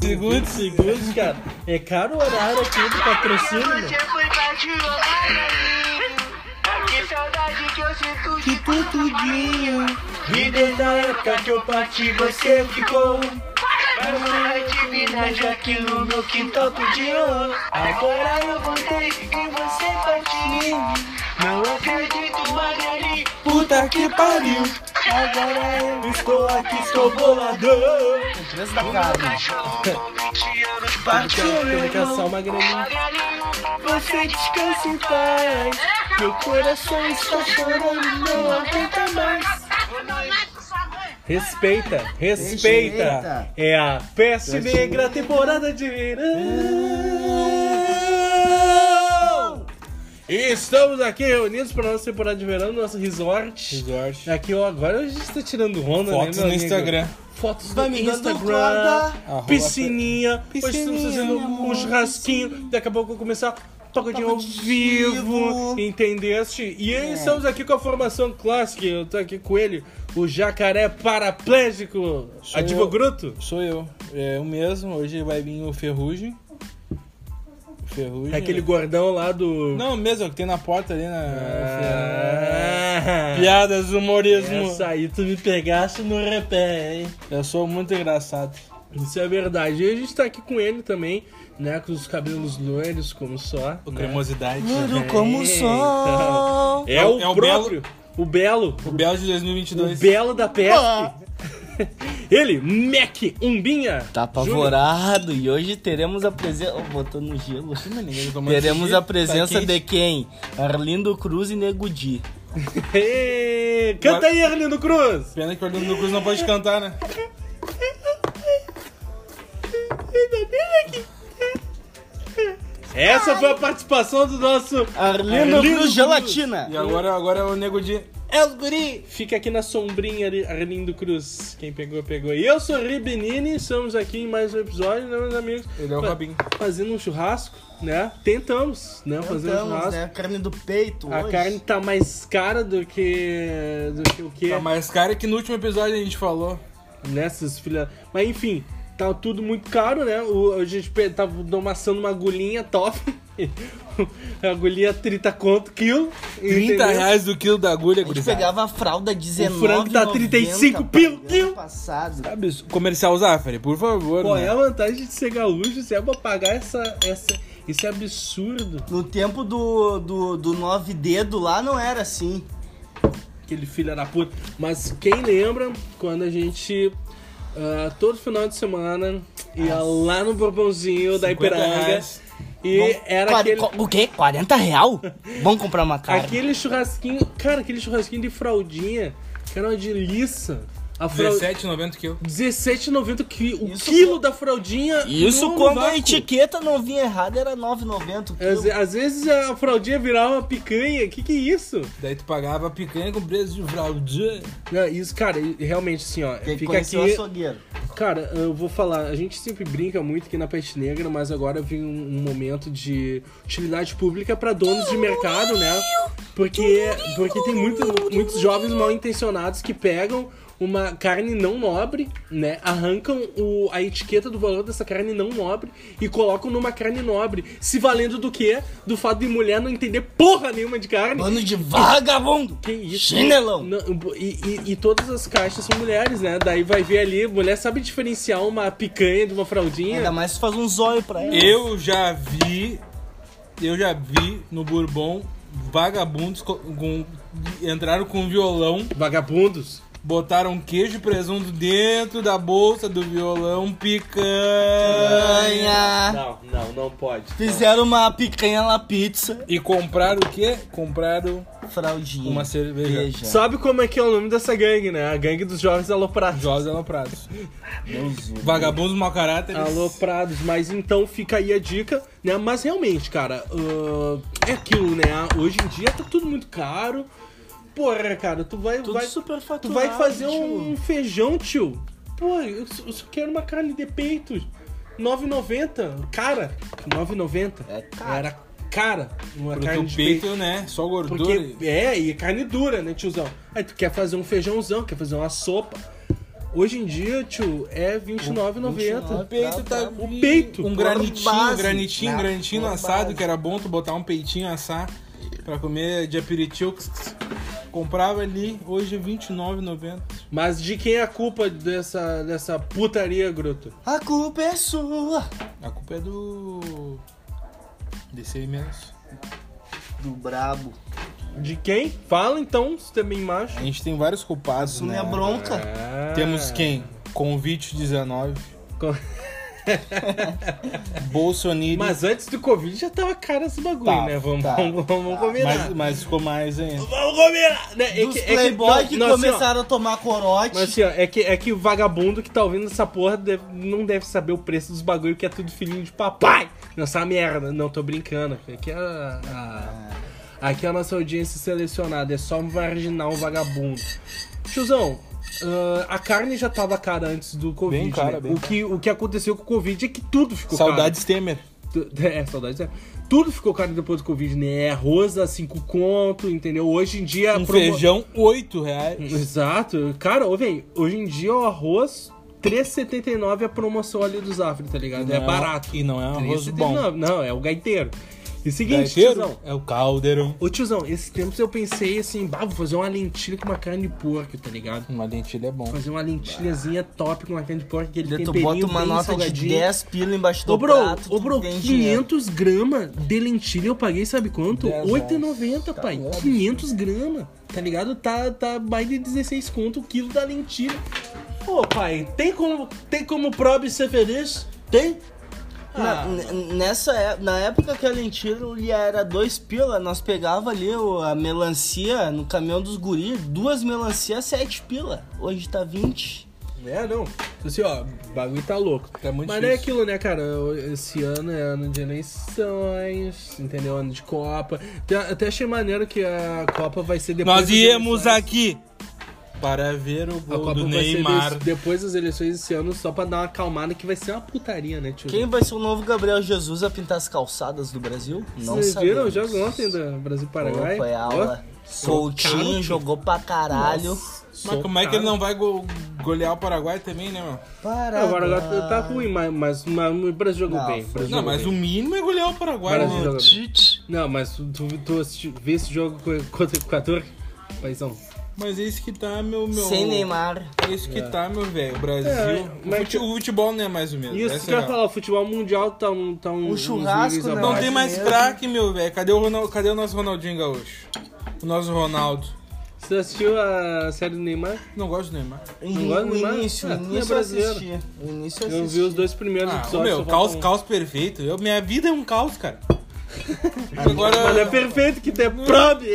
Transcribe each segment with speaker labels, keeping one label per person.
Speaker 1: segundos, segundos, cara. É caro o horário aqui do patrocínio. mano.
Speaker 2: Você foi pra Tijuana, Que saudade que eu sinto de tu, tudinho.
Speaker 1: E desde a época que eu parti, você ficou.
Speaker 2: Mas a atividade aqui no meu quintal tudinho. Agora eu voltei e você partiu. Não acredito, Magali.
Speaker 1: Puta que pariu. Agora eu estou aqui, estou boladão.
Speaker 3: Criança da casa.
Speaker 2: Cachorro com 20 anos
Speaker 1: Porque
Speaker 2: partiu, meu
Speaker 1: eu
Speaker 2: irmão.
Speaker 1: caçar uma graninha.
Speaker 2: Magali,
Speaker 1: Você descansa em paz. Meu coração está chorando, não aguenta mais. Respeita, respeita.
Speaker 3: Respeita.
Speaker 1: É a peste negra temporada de verão. E estamos aqui reunidos para nossa temporada de verão, nosso resort.
Speaker 4: Resort.
Speaker 1: Aqui, ó, agora a gente está tirando onda,
Speaker 4: Fotos
Speaker 1: né, meu
Speaker 4: no
Speaker 1: amigo?
Speaker 4: Instagram.
Speaker 1: Fotos do
Speaker 3: Vai me dando
Speaker 1: Instagram.
Speaker 3: corda.
Speaker 4: Arroba-
Speaker 1: Piscininha. Hoje estamos
Speaker 3: Piscininha,
Speaker 1: fazendo
Speaker 3: meu
Speaker 1: um
Speaker 3: amor,
Speaker 1: churrasquinho. Daqui a pouco eu vou começar toca de
Speaker 3: Toca
Speaker 1: ao
Speaker 3: de
Speaker 1: vivo.
Speaker 3: vivo.
Speaker 1: Entendeste? E aí estamos aqui com a formação clássica. Eu tô aqui com ele, o jacaré paraplégico.
Speaker 4: Sou
Speaker 1: Adivo
Speaker 4: eu.
Speaker 1: Gruto.
Speaker 4: Sou eu, é o mesmo. Hoje vai vir o Ferrugem. Ferrugem. né?
Speaker 1: É aquele gordão lá do.
Speaker 4: Não, mesmo, é o que tem na porta ali na.
Speaker 1: Ah,
Speaker 4: Piadas, humorismo.
Speaker 1: Essa aí tu me pegaste no repé, hein?
Speaker 4: Eu sou muito engraçado.
Speaker 1: Isso é verdade. E a gente tá aqui com ele também, né? Com os cabelos loiros, como só.
Speaker 4: O
Speaker 1: né?
Speaker 4: cremosidade.
Speaker 3: Tudo como o
Speaker 1: Eita.
Speaker 3: sol.
Speaker 1: É, o,
Speaker 4: É o
Speaker 1: próprio. O Belo.
Speaker 4: O Belo de
Speaker 1: O
Speaker 4: 2022.
Speaker 1: Belo da Peste.
Speaker 3: Ah.
Speaker 1: Ele, Mac Umbinha.
Speaker 3: Tá apavorado e hoje teremos a presença. Oh, botou no gelo.
Speaker 4: ninguém tomou
Speaker 3: Teremos
Speaker 4: esse
Speaker 3: a
Speaker 4: jeito, tá
Speaker 3: presença
Speaker 4: quente.
Speaker 3: de quem? Arlindo Cruz e Negudi.
Speaker 1: Júnior. Ê, Canta aí, Arlindo Cruz.
Speaker 4: Pena que o Orlando Cruz não pode cantar, né?
Speaker 1: Essa foi a participação do nosso...
Speaker 3: Arlindo,
Speaker 1: Arlindo Cruz.
Speaker 3: Cruz Gelatina.
Speaker 4: E agora, agora é o nego de.
Speaker 1: É os guri. Fica aqui na sombrinha, Ari- Arlindo Cruz. Quem pegou, pegou. E eu sou Ribinini. Estamos aqui em mais um episódio, né, meus amigos?
Speaker 4: Ele é o
Speaker 1: Fa-
Speaker 4: Robin.
Speaker 1: Fazendo um churrasco, né? Tentamos, né? Fazer um
Speaker 3: Cantamos,
Speaker 1: churrasco.
Speaker 3: né? Carne do peito.
Speaker 1: A
Speaker 3: hoje.
Speaker 1: carne tá mais cara do que. do que o que?
Speaker 4: Tá mais cara que no último episódio a gente falou.
Speaker 1: Nessas filhas. né, Mas enfim, tá tudo muito caro, né? O, a gente pe- tava amassando uma agulhinha top. agulhinha 30 conto quilo.
Speaker 4: 30
Speaker 1: entendeu?
Speaker 4: reais do quilo da agulha,
Speaker 3: A gente
Speaker 4: gurizada.
Speaker 3: pegava a fralda 19
Speaker 1: frango tá 35 pila, quilo.
Speaker 3: passado.
Speaker 4: Sabe, isso? comercial Zafari, por favor.
Speaker 1: Qual
Speaker 4: é né?
Speaker 1: é a vantagem de ser gaúcho se é pra pagar essa, essa, esse absurdo?
Speaker 3: No tempo do, do, do nove dedo lá não era assim.
Speaker 1: Aquele filho da puta. Mas quem lembra quando a gente. ah, todo final de semana ia lá no Bourbonzinho da
Speaker 4: 50
Speaker 1: Iperanga.
Speaker 4: reais.
Speaker 1: E
Speaker 3: Vamos-
Speaker 1: era
Speaker 3: Quar-
Speaker 1: aquele.
Speaker 3: co- O quê? 40 real? Vamos comprar uma carne.
Speaker 1: Aquele churrasquinho, cara, aquele churrasquinho de fraldinha, que era uma delícia. A frau-
Speaker 4: 17,90 quilos.
Speaker 1: 17,90 qui- o
Speaker 3: Isso
Speaker 1: quilo da fraldinha.
Speaker 3: Isso
Speaker 1: no
Speaker 3: quando a
Speaker 1: vácuo.
Speaker 3: etiqueta não vinha errada era 9,90. o
Speaker 1: Às,
Speaker 3: quilo.
Speaker 1: às vezes a fraldinha virava uma picanha, que que é isso?
Speaker 4: Daí tu pagava picanha com preço de fralda.
Speaker 1: Não, isso, cara, e- realmente assim, ó,
Speaker 3: Tem que
Speaker 1: fica
Speaker 3: conhecer
Speaker 1: aqui...
Speaker 3: o açougueiro.
Speaker 1: Cara, eu vou falar, a gente sempre brinca muito aqui na Peste Negra, mas agora vem um, um momento de utilidade pública pra donos de mercado, né? Porque, porque tem muito, muitos jovens mal intencionados que pegam uma carne não nobre, né? Arrancam o, a etiqueta do valor dessa carne não nobre e colocam numa carne nobre. Se valendo do quê? Do fato de mulher não entender porra nenhuma de carne.
Speaker 3: Bando de vagabundo!
Speaker 1: Que isso?
Speaker 3: Chinelão!
Speaker 1: Não, um e, e- e todas as caixas são mulheres, né? Daí vai ver ali, mulher sabe diferenciar uma picanha de uma fraldinha.
Speaker 3: Ainda mais se faz um zóio pra ela.
Speaker 4: Eu já vi, eu já vi no Bourbon vagabundos co- com- entraram com um violão,
Speaker 1: Vagabundos.
Speaker 4: botaram queijo e presunto dentro da bolsa do violão, picanha.
Speaker 3: Ganha.
Speaker 1: Não, não, não pode.
Speaker 3: Fizeram uma picanha na pizza.
Speaker 4: E compraram o quê? Compraram
Speaker 3: Fraldinha.
Speaker 4: uma cerveja.
Speaker 3: Veja.
Speaker 1: Sabe como é que é o nome dessa gangue, né? A gangue dos jovens aloprados.
Speaker 4: José Aloprados. Vagabundos mau caráter.
Speaker 1: Aloprados, mas então fica aí a dica, né? Mas realmente, cara, ahn, é aquilo, né? Hoje em dia tá tudo muito caro. Porra, cara, tu vai.
Speaker 3: Tudo
Speaker 1: vai
Speaker 3: super
Speaker 1: Tu
Speaker 3: faturado,
Speaker 1: vai fazer um
Speaker 3: tio.
Speaker 1: feijão, tio. Pô, eu só, eu só quero uma carne de peito. 9,90. Cara, 9,90.
Speaker 3: É caro.
Speaker 1: Era cara uma
Speaker 4: Pro
Speaker 1: carne
Speaker 4: teu
Speaker 1: de peito. é,
Speaker 4: peito, né? Só gordura.
Speaker 1: Porque, é, e carne dura, né, tiozão? Aí tu quer fazer um feijãozão, quer fazer uma sopa. Hoje em dia, tio, é
Speaker 4: O
Speaker 1: 29,90.
Speaker 4: peito tá.
Speaker 1: O peito.
Speaker 4: Um granitinho,
Speaker 5: base.
Speaker 4: granitinho, um
Speaker 5: Tá,
Speaker 4: granitinho
Speaker 5: por
Speaker 4: assado,
Speaker 5: base.
Speaker 4: que era bom tu botar um peitinho assar pra comer de aperitivo. Comprava ali, hoje é 29,90.
Speaker 1: Mas de quem é a culpa dessa, dessa putaria, Groto?
Speaker 5: A culpa é sua.
Speaker 4: A culpa é do. DC imenso.
Speaker 5: Do brabo.
Speaker 1: De quem? Fala então, se tu é bem macho.
Speaker 4: A gente tem vários culpados,
Speaker 5: Assume
Speaker 4: né?
Speaker 5: a é bronca.
Speaker 1: Ah.
Speaker 4: Temos quem? Convite 19.
Speaker 1: Co-
Speaker 4: Bolsonaro.
Speaker 1: Mas antes do Covid já tava cara esse bagulho,
Speaker 4: Tá,
Speaker 1: né? Vamos,
Speaker 4: tá,
Speaker 1: vamos, vamos combinar.
Speaker 4: mas, mas ficou mais ainda.
Speaker 1: Vamos combinar! Né? É
Speaker 5: Dos
Speaker 1: que- é que-
Speaker 5: playboy que,
Speaker 1: não, não, assim, ó,
Speaker 5: começaram a tomar corote.
Speaker 1: Mas assim, ó, é que, é que o vagabundo que tá ouvindo essa porra deve- não deve saber o preço dos bagulho que é tudo filhinho de papai. Nessa merda. Não, tô brincando. Aqui é a, a- aqui é a nossa audiência selecionada. É só marginal vagabundo. Tiozão, ah, a carne já tava cara antes do Covid.
Speaker 4: Bem cara,
Speaker 1: né?
Speaker 4: bem
Speaker 1: o, que, o que aconteceu com o Covid é que tudo ficou caro.
Speaker 4: Saudades Temer.
Speaker 1: Tu- É, saudades. é. Tudo ficou caro depois do Covid, né? Arroz a cinco conto, entendeu? Hoje em dia... a
Speaker 4: Um
Speaker 1: promo-
Speaker 4: feijão, 8 reais.
Speaker 1: Exato. Cara, ô, véi, hoje em dia o arroz, 3,79 é a promoção ali do Zafre, tá ligado? é
Speaker 4: Não,
Speaker 1: barato.
Speaker 4: e não é um arroz
Speaker 1: 3,79. Não, é o gaiteiro. E seguinte, tiozão.
Speaker 4: Gaiteiro é o caldeirão.
Speaker 1: Ô, tiozão, esses tempos eu pensei assim, bah, vou fazer uma lentilha com uma carne de porco, tá ligado?
Speaker 4: Uma lentilha é bom.
Speaker 1: Fazer uma lentilhazinha top com uma carne de porco, aquele
Speaker 5: Daí
Speaker 1: temperinho
Speaker 5: tu bota uma
Speaker 1: bem
Speaker 5: nota de
Speaker 1: salgadinho.
Speaker 5: 10 pila embaixo do
Speaker 1: Ô, bro,
Speaker 5: prato.
Speaker 1: ô,
Speaker 5: tu
Speaker 1: bro
Speaker 5: ganha dinheiro.
Speaker 1: 500 gramas de lentilha eu paguei, sabe quanto?
Speaker 4: 10
Speaker 1: 8,90, pai. 500 gramas, tá ligado? Tá, tá mais de 16 conto o quilo da lentilha. Ô, pai, tem como, tem como probe ser feliz? Tem? Ah.
Speaker 5: Na, n- nessa, é- na época que a lentilha era dois pila, nós pegava ali o- a melancia no caminhão dos guri, duas melancias, sete pila. Hoje tá 20.
Speaker 1: É, não. Assim, ó, o bagulho tá louco.
Speaker 4: Tá muito
Speaker 1: Mas não é
Speaker 4: difícil.
Speaker 1: aquilo, né, cara? Esse ano é ano de eleições, entendeu? Ano de Copa. Até- Até achei maneiro que a Copa vai ser depois.
Speaker 4: Nós
Speaker 1: das
Speaker 4: íamos
Speaker 1: eleições.
Speaker 4: aqui para ver o
Speaker 1: A
Speaker 4: gol
Speaker 1: Copa
Speaker 4: do
Speaker 1: vai
Speaker 4: Neymar.
Speaker 1: ser des- depois das eleições esse ano, só pra dar uma acalmada, que vai ser uma putaria, né, tio?
Speaker 5: Quem vai ser o novo Gabriel Jesus a pintar as calçadas do Brasil? Não
Speaker 1: Vocês viram o
Speaker 5: sabemos.
Speaker 1: jogo ontem do Brasil-Paraguai?
Speaker 5: Opa, é aula.
Speaker 1: Cara,
Speaker 5: Soltinho,
Speaker 1: tio.
Speaker 5: jogou pra caralho.
Speaker 4: Mas como é que ele não vai go- golear o Paraguai também, né, mano?
Speaker 5: Para.
Speaker 1: Agora, agora tá ruim, mas, mas, mas o Brasil jogou
Speaker 5: Não,
Speaker 1: bem. o Brasil
Speaker 4: Não,
Speaker 1: jogou
Speaker 4: mas
Speaker 1: bem.
Speaker 4: o mínimo é golear o Paraguai,
Speaker 1: Brasil
Speaker 4: né?
Speaker 1: jogou bem. Não, mas tu, tu assisti- vê esse jogo co- contra o Equador? Paizão.
Speaker 4: Mas é isso que tá, meu. meu
Speaker 5: Sem Neymar.
Speaker 4: É isso que tá, meu velho. O Brasil.
Speaker 1: É,
Speaker 4: o
Speaker 1: mas
Speaker 4: fute-
Speaker 1: que-
Speaker 4: O futebol não é mais o mesmo.
Speaker 1: Isso
Speaker 4: essa
Speaker 1: que
Speaker 4: é
Speaker 1: eu
Speaker 4: a
Speaker 1: ia
Speaker 4: real.
Speaker 1: falar, o futebol mundial tá um. Tá um
Speaker 5: Um churrasco,
Speaker 1: uns níveis
Speaker 5: né?
Speaker 4: Não
Speaker 1: abaixo.
Speaker 4: tem mais
Speaker 5: mesmo.
Speaker 4: craque, meu velho. Cadê o, Ronaldo, cadê o nosso Ronaldinho Gaúcho? O nosso Ronaldo.
Speaker 1: Você assistiu a série do Neymar?
Speaker 4: Não gosto do Neymar.
Speaker 5: In-
Speaker 1: gosta do
Speaker 5: O
Speaker 1: Neymar?
Speaker 5: início, o
Speaker 1: Ah, tu é
Speaker 5: início eu
Speaker 1: brasileiro.
Speaker 5: assisti. O início eu
Speaker 1: Eu
Speaker 5: assisti.
Speaker 1: vi os dois primeiros
Speaker 4: Ah, ô,
Speaker 1: episódios.
Speaker 4: meu,
Speaker 1: só
Speaker 4: caos,
Speaker 1: falta um.
Speaker 4: caos perfeito. Eu, minha vida é um caos, cara. Agora,
Speaker 1: Mas é perfeito que tem é. probe.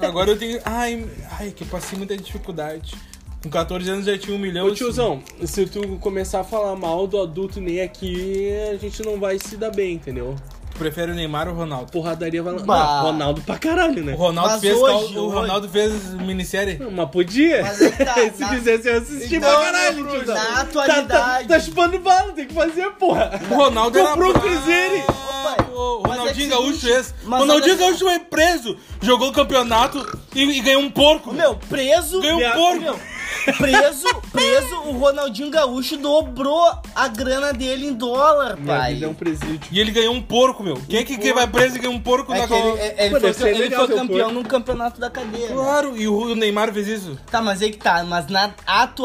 Speaker 4: agora eu tenho. Ai, ai, que eu passei muita dificuldade. Com 14 anos já tinha um milhão.
Speaker 1: Ô tiozão, se tu começar a falar mal do adulto Ney aqui, a gente não vai se dar bem, entendeu?
Speaker 4: Tu Prefere o Neymar ou o Ronaldo?
Speaker 1: Porradaria vai lá.
Speaker 5: Bah.
Speaker 1: Não, Ronaldo pra caralho, né?
Speaker 4: O Ronaldo
Speaker 5: Mas
Speaker 4: fez.
Speaker 5: hoje,
Speaker 4: cal- O
Speaker 5: hoje.
Speaker 4: Ronaldo fez minissérie.
Speaker 1: Não, Mas podia.
Speaker 5: Mas é que tá,
Speaker 1: se
Speaker 5: na-
Speaker 1: quisesse eu assistir
Speaker 5: Então,
Speaker 1: pra caralho,
Speaker 5: na
Speaker 1: tiozão.
Speaker 5: atualidade.
Speaker 1: Tá, tá, tá chupando bala, tem que fazer, porra.
Speaker 4: O Ronaldo era.
Speaker 1: Comprou o Cruzeiro.
Speaker 4: Ah,
Speaker 5: Ô, pai,
Speaker 4: O
Speaker 5: mas é que
Speaker 4: Ronaldinho
Speaker 5: seguinte,
Speaker 4: Gaúcho fez.
Speaker 5: mas
Speaker 4: Ronaldinho
Speaker 5: olha só.
Speaker 4: Gaúcho foi preso, jogou o campeonato e, e ganhou um porco.
Speaker 5: Ô, Meu, preso.
Speaker 4: Ganhou um
Speaker 1: minha-
Speaker 4: porco.
Speaker 5: Meu, preso, preso, o Ronaldinho Gaúcho dobrou a grana dele em dólar,
Speaker 1: Minha
Speaker 5: pai.
Speaker 1: vida é um presídio.
Speaker 4: E ele ganhou um porco, meu. Quem é que, quem vai preso e ganha um porco
Speaker 5: É
Speaker 4: na
Speaker 5: que ele,
Speaker 4: Copa?
Speaker 5: é-
Speaker 1: Pô,
Speaker 5: ele foi,
Speaker 1: deve ser
Speaker 5: ele
Speaker 1: legal ter
Speaker 5: foi
Speaker 1: um
Speaker 5: campeão
Speaker 1: porco.
Speaker 5: no campeonato da cadeia. né?
Speaker 4: Claro, e o Neymar fez isso.
Speaker 5: Tá, mas aí que tá, mas na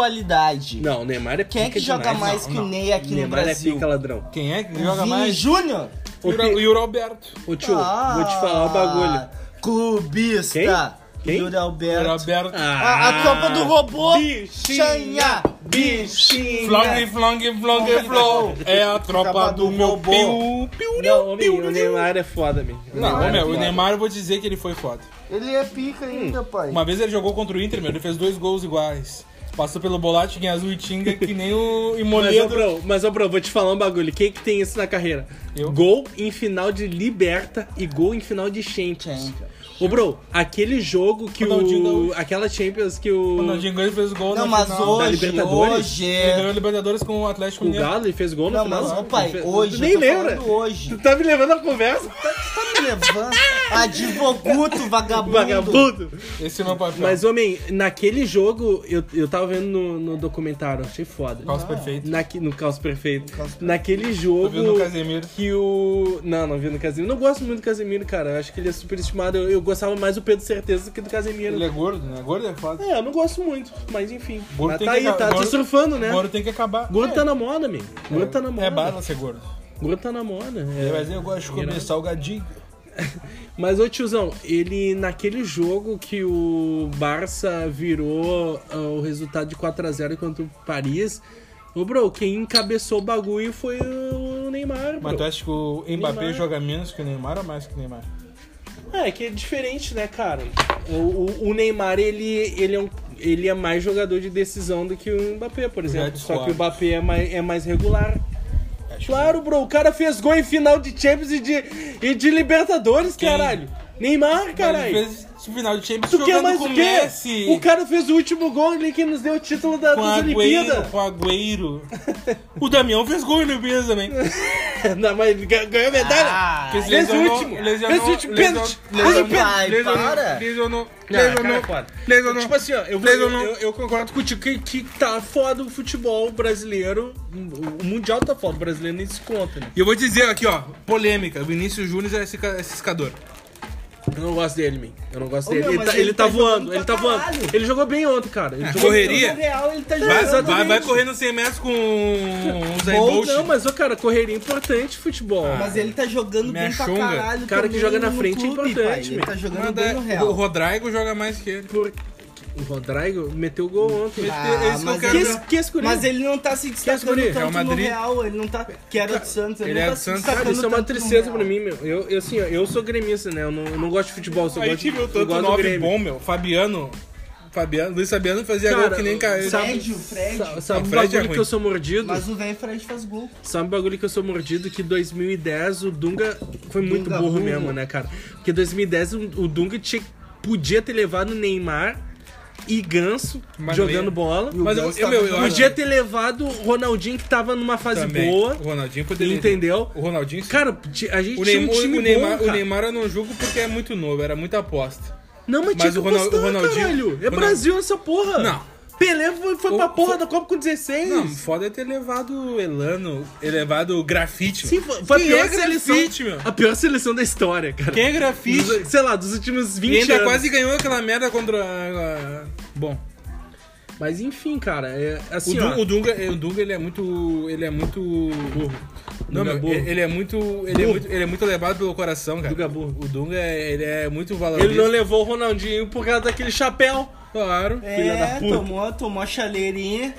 Speaker 5: atualidade,
Speaker 1: Não, o Neymar é pica
Speaker 5: quem é que joga
Speaker 1: demais.
Speaker 5: mais que o Ney aqui no
Speaker 1: Neymar é
Speaker 5: Brasil?
Speaker 1: pica, ladrão.
Speaker 4: Quem é que
Speaker 5: Vini
Speaker 4: joga mais?
Speaker 5: Júnior?
Speaker 4: E o, e o Roberto.
Speaker 1: Ô tio,
Speaker 5: Ah.
Speaker 1: vou te falar o bagulho.
Speaker 5: Clubista.
Speaker 1: Quem? Quem?
Speaker 5: Yuri
Speaker 4: O
Speaker 5: Alberto.
Speaker 4: Roberto.
Speaker 1: Ah,
Speaker 5: A, a Copa do Robô. Chanha.
Speaker 1: Bichinha, bichinha.
Speaker 4: Flong, flong, flong, flow. É a tropa
Speaker 5: Tropa
Speaker 4: do
Speaker 5: do
Speaker 4: meu
Speaker 5: robô.
Speaker 4: piu, piu,
Speaker 1: Não, o Ney- o Neymar é foda, meu. O
Speaker 4: Não,
Speaker 1: Neymar é
Speaker 4: meu, o
Speaker 1: foda.
Speaker 4: Neymar eu vou dizer que ele foi foda.
Speaker 5: Ele é pica ainda,
Speaker 1: Hum.
Speaker 5: pai.
Speaker 4: Uma vez ele jogou contra o Inter, meu, ele fez dois gols iguais. Passou pelo Bolate em azul e tinga, que nem o
Speaker 1: Mas, ô,
Speaker 4: Imoledo.
Speaker 1: bro, mas, ô, bro, vou te falar um bagulho. Quem que tem isso na carreira?
Speaker 4: Eu.
Speaker 1: Gol em final de Liberta e gol em final de Champions.
Speaker 5: Champions.
Speaker 1: Ô, bro, aquele jogo que
Speaker 4: Ronaldinho
Speaker 1: o.
Speaker 4: Gaúcho.
Speaker 1: Aquela Champions que
Speaker 4: O
Speaker 1: o.
Speaker 4: Ronaldinho Gaúcho fez gol na
Speaker 5: Não, mas
Speaker 4: final.
Speaker 1: da
Speaker 5: hoje,
Speaker 1: Libertadores?
Speaker 5: hoje. é.
Speaker 4: Ele ganhou a Libertadores com o Atlético
Speaker 1: O
Speaker 4: Mineiro.
Speaker 1: Galo, ele fez gol no
Speaker 5: Não,
Speaker 1: final.
Speaker 5: mas ô,
Speaker 1: Tu
Speaker 5: pai,
Speaker 1: fe-
Speaker 5: hoje,
Speaker 1: Tu nem
Speaker 5: eu tô
Speaker 1: lembra?
Speaker 5: falando hoje.
Speaker 1: Tu tá me levando a conversa?
Speaker 5: Tá me levando? Advocuto, vagabundo.
Speaker 1: Vagabundo!
Speaker 4: Esse é meu papel.
Speaker 1: Mas, homem, naquele jogo, eu, eu tava vendo no, no documentário, achei foda.
Speaker 4: Caos perfeito.
Speaker 1: Naque- no Caos Perfeito.
Speaker 5: Caos Perfeito.
Speaker 1: Naquele
Speaker 4: Eu
Speaker 1: jogo
Speaker 4: vi no Casemiro.
Speaker 1: que o. Não, não vi no Casemiro. Não gosto muito do Casemiro, cara. Eu acho que ele é super estimado. Eu, eu gostava mais do Pedro Certeza do que do Casemiro.
Speaker 4: Ele é gordo, né? Gordo é foda.
Speaker 1: É, eu não gosto muito, mas enfim.
Speaker 4: Gordo
Speaker 1: Mas
Speaker 4: tem
Speaker 1: tá
Speaker 4: que
Speaker 1: aí,
Speaker 4: acabar.
Speaker 1: tá, tá
Speaker 4: Gordo-
Speaker 1: surfando, né?
Speaker 4: Gordo tem que acabar.
Speaker 1: Gordo
Speaker 4: É.
Speaker 1: tá na moda, man. Gordo tá na moda.
Speaker 4: É bala ser gordo.
Speaker 1: Gordo tá na moda. é.
Speaker 4: Mas eu gosto de comer salgadinho.
Speaker 1: Mas, ô tiozão, ele naquele jogo que o Barça virou ah, o resultado de 4x0 contra o Paris, ô bro, quem encabeçou o bagulho foi o Neymar,
Speaker 4: Mas
Speaker 1: bro.
Speaker 4: tu acha que o Mbappé
Speaker 1: Neymar.
Speaker 4: joga menos que o Neymar ou mais que o Neymar?
Speaker 1: É, que é diferente, né, cara? O, o- o Neymar, ele, ele, é um- ele é mais jogador de decisão do que o Mbappé, por exemplo. Só
Speaker 4: discordo.
Speaker 1: que o Mbappé é mais, é mais regular. Claro, bro, o cara fez gol em final de Champions e de, e de Libertadores, caralho. Neymar, caralho.
Speaker 4: Ele fez tipo, final de Champions
Speaker 1: Tu quer
Speaker 4: jogando
Speaker 1: mais
Speaker 4: com
Speaker 1: o
Speaker 4: o
Speaker 1: quê?
Speaker 4: Messi.
Speaker 1: O cara fez o último gol ali que nos deu o título da,
Speaker 4: Com
Speaker 1: das
Speaker 4: Agüero,
Speaker 1: Olimpíadas.
Speaker 4: com Agüero. o Damião fez gol na Olimpíadas também.
Speaker 1: Não, mas ele ga- ganhou medalha.
Speaker 4: Porque esse
Speaker 1: fez o
Speaker 4: lesionou-
Speaker 1: último.
Speaker 4: lesionou-
Speaker 1: Fez o último
Speaker 4: lesionou-
Speaker 1: pênalti.
Speaker 4: lesionou-
Speaker 5: Fez o pênalti.
Speaker 4: lesionou-
Speaker 5: Ai, para.
Speaker 4: Lesionou.
Speaker 1: Não, cara,
Speaker 4: Lesionou.
Speaker 1: foda.
Speaker 4: Lesionou.
Speaker 1: Tipo assim, ó, eu, vou-
Speaker 4: Lesionou.
Speaker 1: eu, eu concordo contigo que, que tá foda o futebol brasileiro. O o Mundial tá foda, o brasileiro nem se conta, né?
Speaker 4: E eu vou dizer aqui, ó, polêmica. Vinícius Júnior é cisca- é ciscador.
Speaker 1: Eu não gosto dele, man. Eu não gosto
Speaker 5: Ô,
Speaker 1: dele.
Speaker 5: meu,
Speaker 1: ele,
Speaker 5: mas
Speaker 1: tá,
Speaker 5: ele
Speaker 1: ele tá
Speaker 5: tá jogando
Speaker 1: voando,
Speaker 5: pra
Speaker 1: ele tá voando.
Speaker 5: caralho.
Speaker 1: Ele jogou bem ontem, cara. Ele jogou
Speaker 4: É correria.
Speaker 1: bem
Speaker 5: No real, ele
Speaker 1: É,
Speaker 5: tá
Speaker 4: Vai,
Speaker 5: jogando.
Speaker 4: vai, vai
Speaker 5: bem.
Speaker 4: correr nos 100 metros com o Zé
Speaker 1: ontem. Ou
Speaker 4: Bolt.
Speaker 1: não, mas, ô, cara, correria é importante futebol.
Speaker 4: Ah.
Speaker 5: Mas ele tá
Speaker 4: Me
Speaker 5: jogando bem pra
Speaker 4: achunga.
Speaker 5: caralho.
Speaker 1: Cara que
Speaker 5: também
Speaker 1: joga na
Speaker 5: no
Speaker 1: frente é
Speaker 5: clube,
Speaker 1: importante,
Speaker 5: pai. Ele
Speaker 1: meu.
Speaker 5: tá jogando
Speaker 4: Mas
Speaker 5: bem
Speaker 4: daí
Speaker 5: no
Speaker 4: o
Speaker 5: real.
Speaker 4: Rodrigo joga mais que ele.
Speaker 1: Por- O Rodrigo meteu gol ontem.
Speaker 4: Ah, esse que eu
Speaker 5: mas,
Speaker 4: quero
Speaker 5: ele-
Speaker 4: ver.
Speaker 1: Que- que esse guri?
Speaker 5: mas ele não tá se
Speaker 1: guri?
Speaker 5: destacando
Speaker 4: Real
Speaker 5: tanto no
Speaker 4: Madrid?
Speaker 5: real, ele não tá. Que era do Santos, ele,
Speaker 4: Ele
Speaker 5: não
Speaker 4: é
Speaker 5: tá
Speaker 4: do
Speaker 5: se
Speaker 4: Santos.
Speaker 5: destacando.
Speaker 1: Cara, isso é uma
Speaker 5: tanto no
Speaker 1: tristeza
Speaker 5: real.
Speaker 1: pra mim, meu. Eu, eu, assim, ó, eu sou gremista, né? Eu não, eu não gosto de futebol, eu só
Speaker 4: Aí
Speaker 1: gosto,
Speaker 4: tive
Speaker 1: eu
Speaker 4: o tanto
Speaker 1: gosto do
Speaker 4: 9
Speaker 1: Grêmio.
Speaker 4: bom, meu. Fabiano. Fabiano, Luiz Fabiano fazia
Speaker 1: Cara,
Speaker 4: gol que nem caiu.
Speaker 1: sabe-
Speaker 5: Fred, o Fred.
Speaker 1: Sa- Sabe
Speaker 4: O
Speaker 1: um
Speaker 4: Fred é
Speaker 1: bagulho
Speaker 4: ruim.
Speaker 1: que eu sou mordido?
Speaker 5: Mas o velho Fred faz gol.
Speaker 1: Sabe um bagulho que eu sou mordido? Que 2010 o Dunga foi muito
Speaker 5: Dunga
Speaker 1: burro,
Speaker 5: burro.
Speaker 1: mesmo, né, cara? Porque 2010 o, o Dunga tinha, podia ter levado Neymar e Ganso
Speaker 4: Mas não
Speaker 1: jogando
Speaker 4: ia.
Speaker 1: bola.
Speaker 4: Mas eu,
Speaker 5: Ganso
Speaker 4: eu,
Speaker 5: tava
Speaker 4: eu, eu acho
Speaker 1: Podia ter levado o Ronaldinho que tava numa fase
Speaker 4: também.
Speaker 1: tá boa.
Speaker 4: O Ronaldinho poderia.
Speaker 1: Entendeu?
Speaker 4: O Ronaldinho sim.
Speaker 1: Cara, ti- a gente
Speaker 4: o
Speaker 1: tinha um
Speaker 4: Neymar,
Speaker 1: time
Speaker 4: o, Neymar,
Speaker 1: bom,
Speaker 4: o
Speaker 1: cara.
Speaker 4: Neymar eu não julgo porque é muito novo, era muita aposta.
Speaker 1: Não, mas, tinha
Speaker 4: Mas
Speaker 1: que
Speaker 4: o Ronal-
Speaker 1: apostar,
Speaker 4: o Ronaldinho-
Speaker 1: caralho. É
Speaker 4: Ronaldo-
Speaker 1: Brasil essa porra.
Speaker 4: Não.
Speaker 1: Pelé foi, foi
Speaker 4: O-
Speaker 1: pra porra
Speaker 4: o-
Speaker 1: da Copa com 16.
Speaker 4: Não, foda é ter levado o Elano, ter levado o grafite.
Speaker 1: Sim,
Speaker 4: meu.
Speaker 1: foi, foi a
Speaker 4: Quem
Speaker 1: pior
Speaker 4: é
Speaker 1: seleção.
Speaker 4: grafite, meu?
Speaker 1: A pior seleção da história, cara.
Speaker 4: Quem é grafite?
Speaker 1: Dos- Sei lá, dos últimos
Speaker 4: E
Speaker 1: 20
Speaker 4: ainda
Speaker 1: anos.
Speaker 4: quase ganhou aquela merda contra a. a- Bom.
Speaker 1: Mas enfim, cara, é
Speaker 4: O,
Speaker 1: assim,
Speaker 4: Du-
Speaker 1: ó.
Speaker 4: o Dunga, o Dunga, ele é muito. Ele é muito.
Speaker 1: Dunga
Speaker 4: Não, meu,
Speaker 1: é burro.
Speaker 4: ele é muito. Ele é muito. Ele é muito levado pelo coração, cara.
Speaker 1: Dunga é burro.
Speaker 4: O Dunga, ele é muito valorizado.
Speaker 1: Ele não levou o Ronaldinho por causa daquele chapéu.
Speaker 4: Claro.
Speaker 1: Filha da
Speaker 5: É,
Speaker 1: puta.
Speaker 5: tomou, tomou a chaleirinha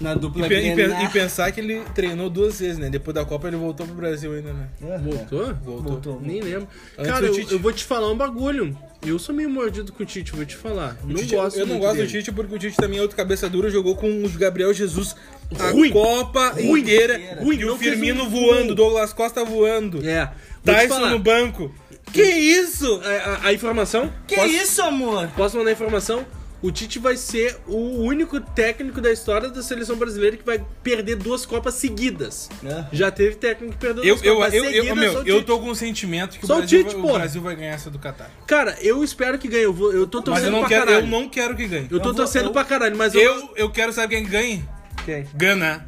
Speaker 5: na dupla
Speaker 4: E, pe- e pe-
Speaker 5: Grenal.
Speaker 4: e pensar que ele treinou duas vezes, né? Depois da Copa ele voltou pro Brasil ainda, né?
Speaker 1: Voltou?
Speaker 4: Voltou.
Speaker 1: Nem lembro.
Speaker 4: Antes
Speaker 1: cara,
Speaker 4: do
Speaker 1: eu,
Speaker 4: Tite.
Speaker 1: eu vou te falar um bagulho. Eu sou meio mordido com o Tite, vou te falar. Não
Speaker 4: Tite- é- um
Speaker 1: gosto
Speaker 4: eu não
Speaker 1: muito
Speaker 4: gosto
Speaker 1: dele.
Speaker 4: do Tite porque o Tite também é outro cabeça dura, jogou com o Gabriel Jesus a
Speaker 1: Ruim.
Speaker 4: Copa
Speaker 1: Ruim.
Speaker 4: inteira.
Speaker 1: Ruim,
Speaker 4: E
Speaker 1: não
Speaker 4: o
Speaker 1: fez
Speaker 4: Firmino
Speaker 1: um
Speaker 4: voando,
Speaker 1: gol.
Speaker 4: Douglas Costa voando.
Speaker 1: É. Vou te
Speaker 4: Tyson
Speaker 1: falar.
Speaker 4: no banco. Que isso?
Speaker 1: A, a- a informação?
Speaker 5: Que
Speaker 1: Posso-
Speaker 5: isso, amor?
Speaker 1: Posso mandar informação? O Tite vai ser o único técnico da história da seleção brasileira que vai perder duas Copas seguidas. né?
Speaker 5: É.
Speaker 1: Já teve técnico que perdeu
Speaker 4: Eu,
Speaker 1: duas
Speaker 4: eu,
Speaker 1: Copas
Speaker 4: eu, eu,
Speaker 1: seguidas.
Speaker 4: meu,
Speaker 1: só o
Speaker 4: eu
Speaker 1: Tite.
Speaker 4: tô com o sentimento que o
Speaker 1: Só o
Speaker 4: Brasil,
Speaker 1: Tite,
Speaker 4: vai, o
Speaker 1: porra.
Speaker 4: Brasil vai ganhar essa do Qatar.
Speaker 1: Cara, eu espero que ganhe. Eu, vou- eu tô
Speaker 4: Mas
Speaker 1: torcendo
Speaker 4: eu não,
Speaker 1: pra
Speaker 4: quero,
Speaker 1: caralho.
Speaker 4: eu não quero que ganhe.
Speaker 1: Eu
Speaker 4: Eu,
Speaker 1: tô
Speaker 5: vou-
Speaker 1: torcendo
Speaker 5: eu-
Speaker 1: pra caralho, mas eu.
Speaker 4: eu, quero saber quem ganha.
Speaker 1: Quem?
Speaker 4: Gana.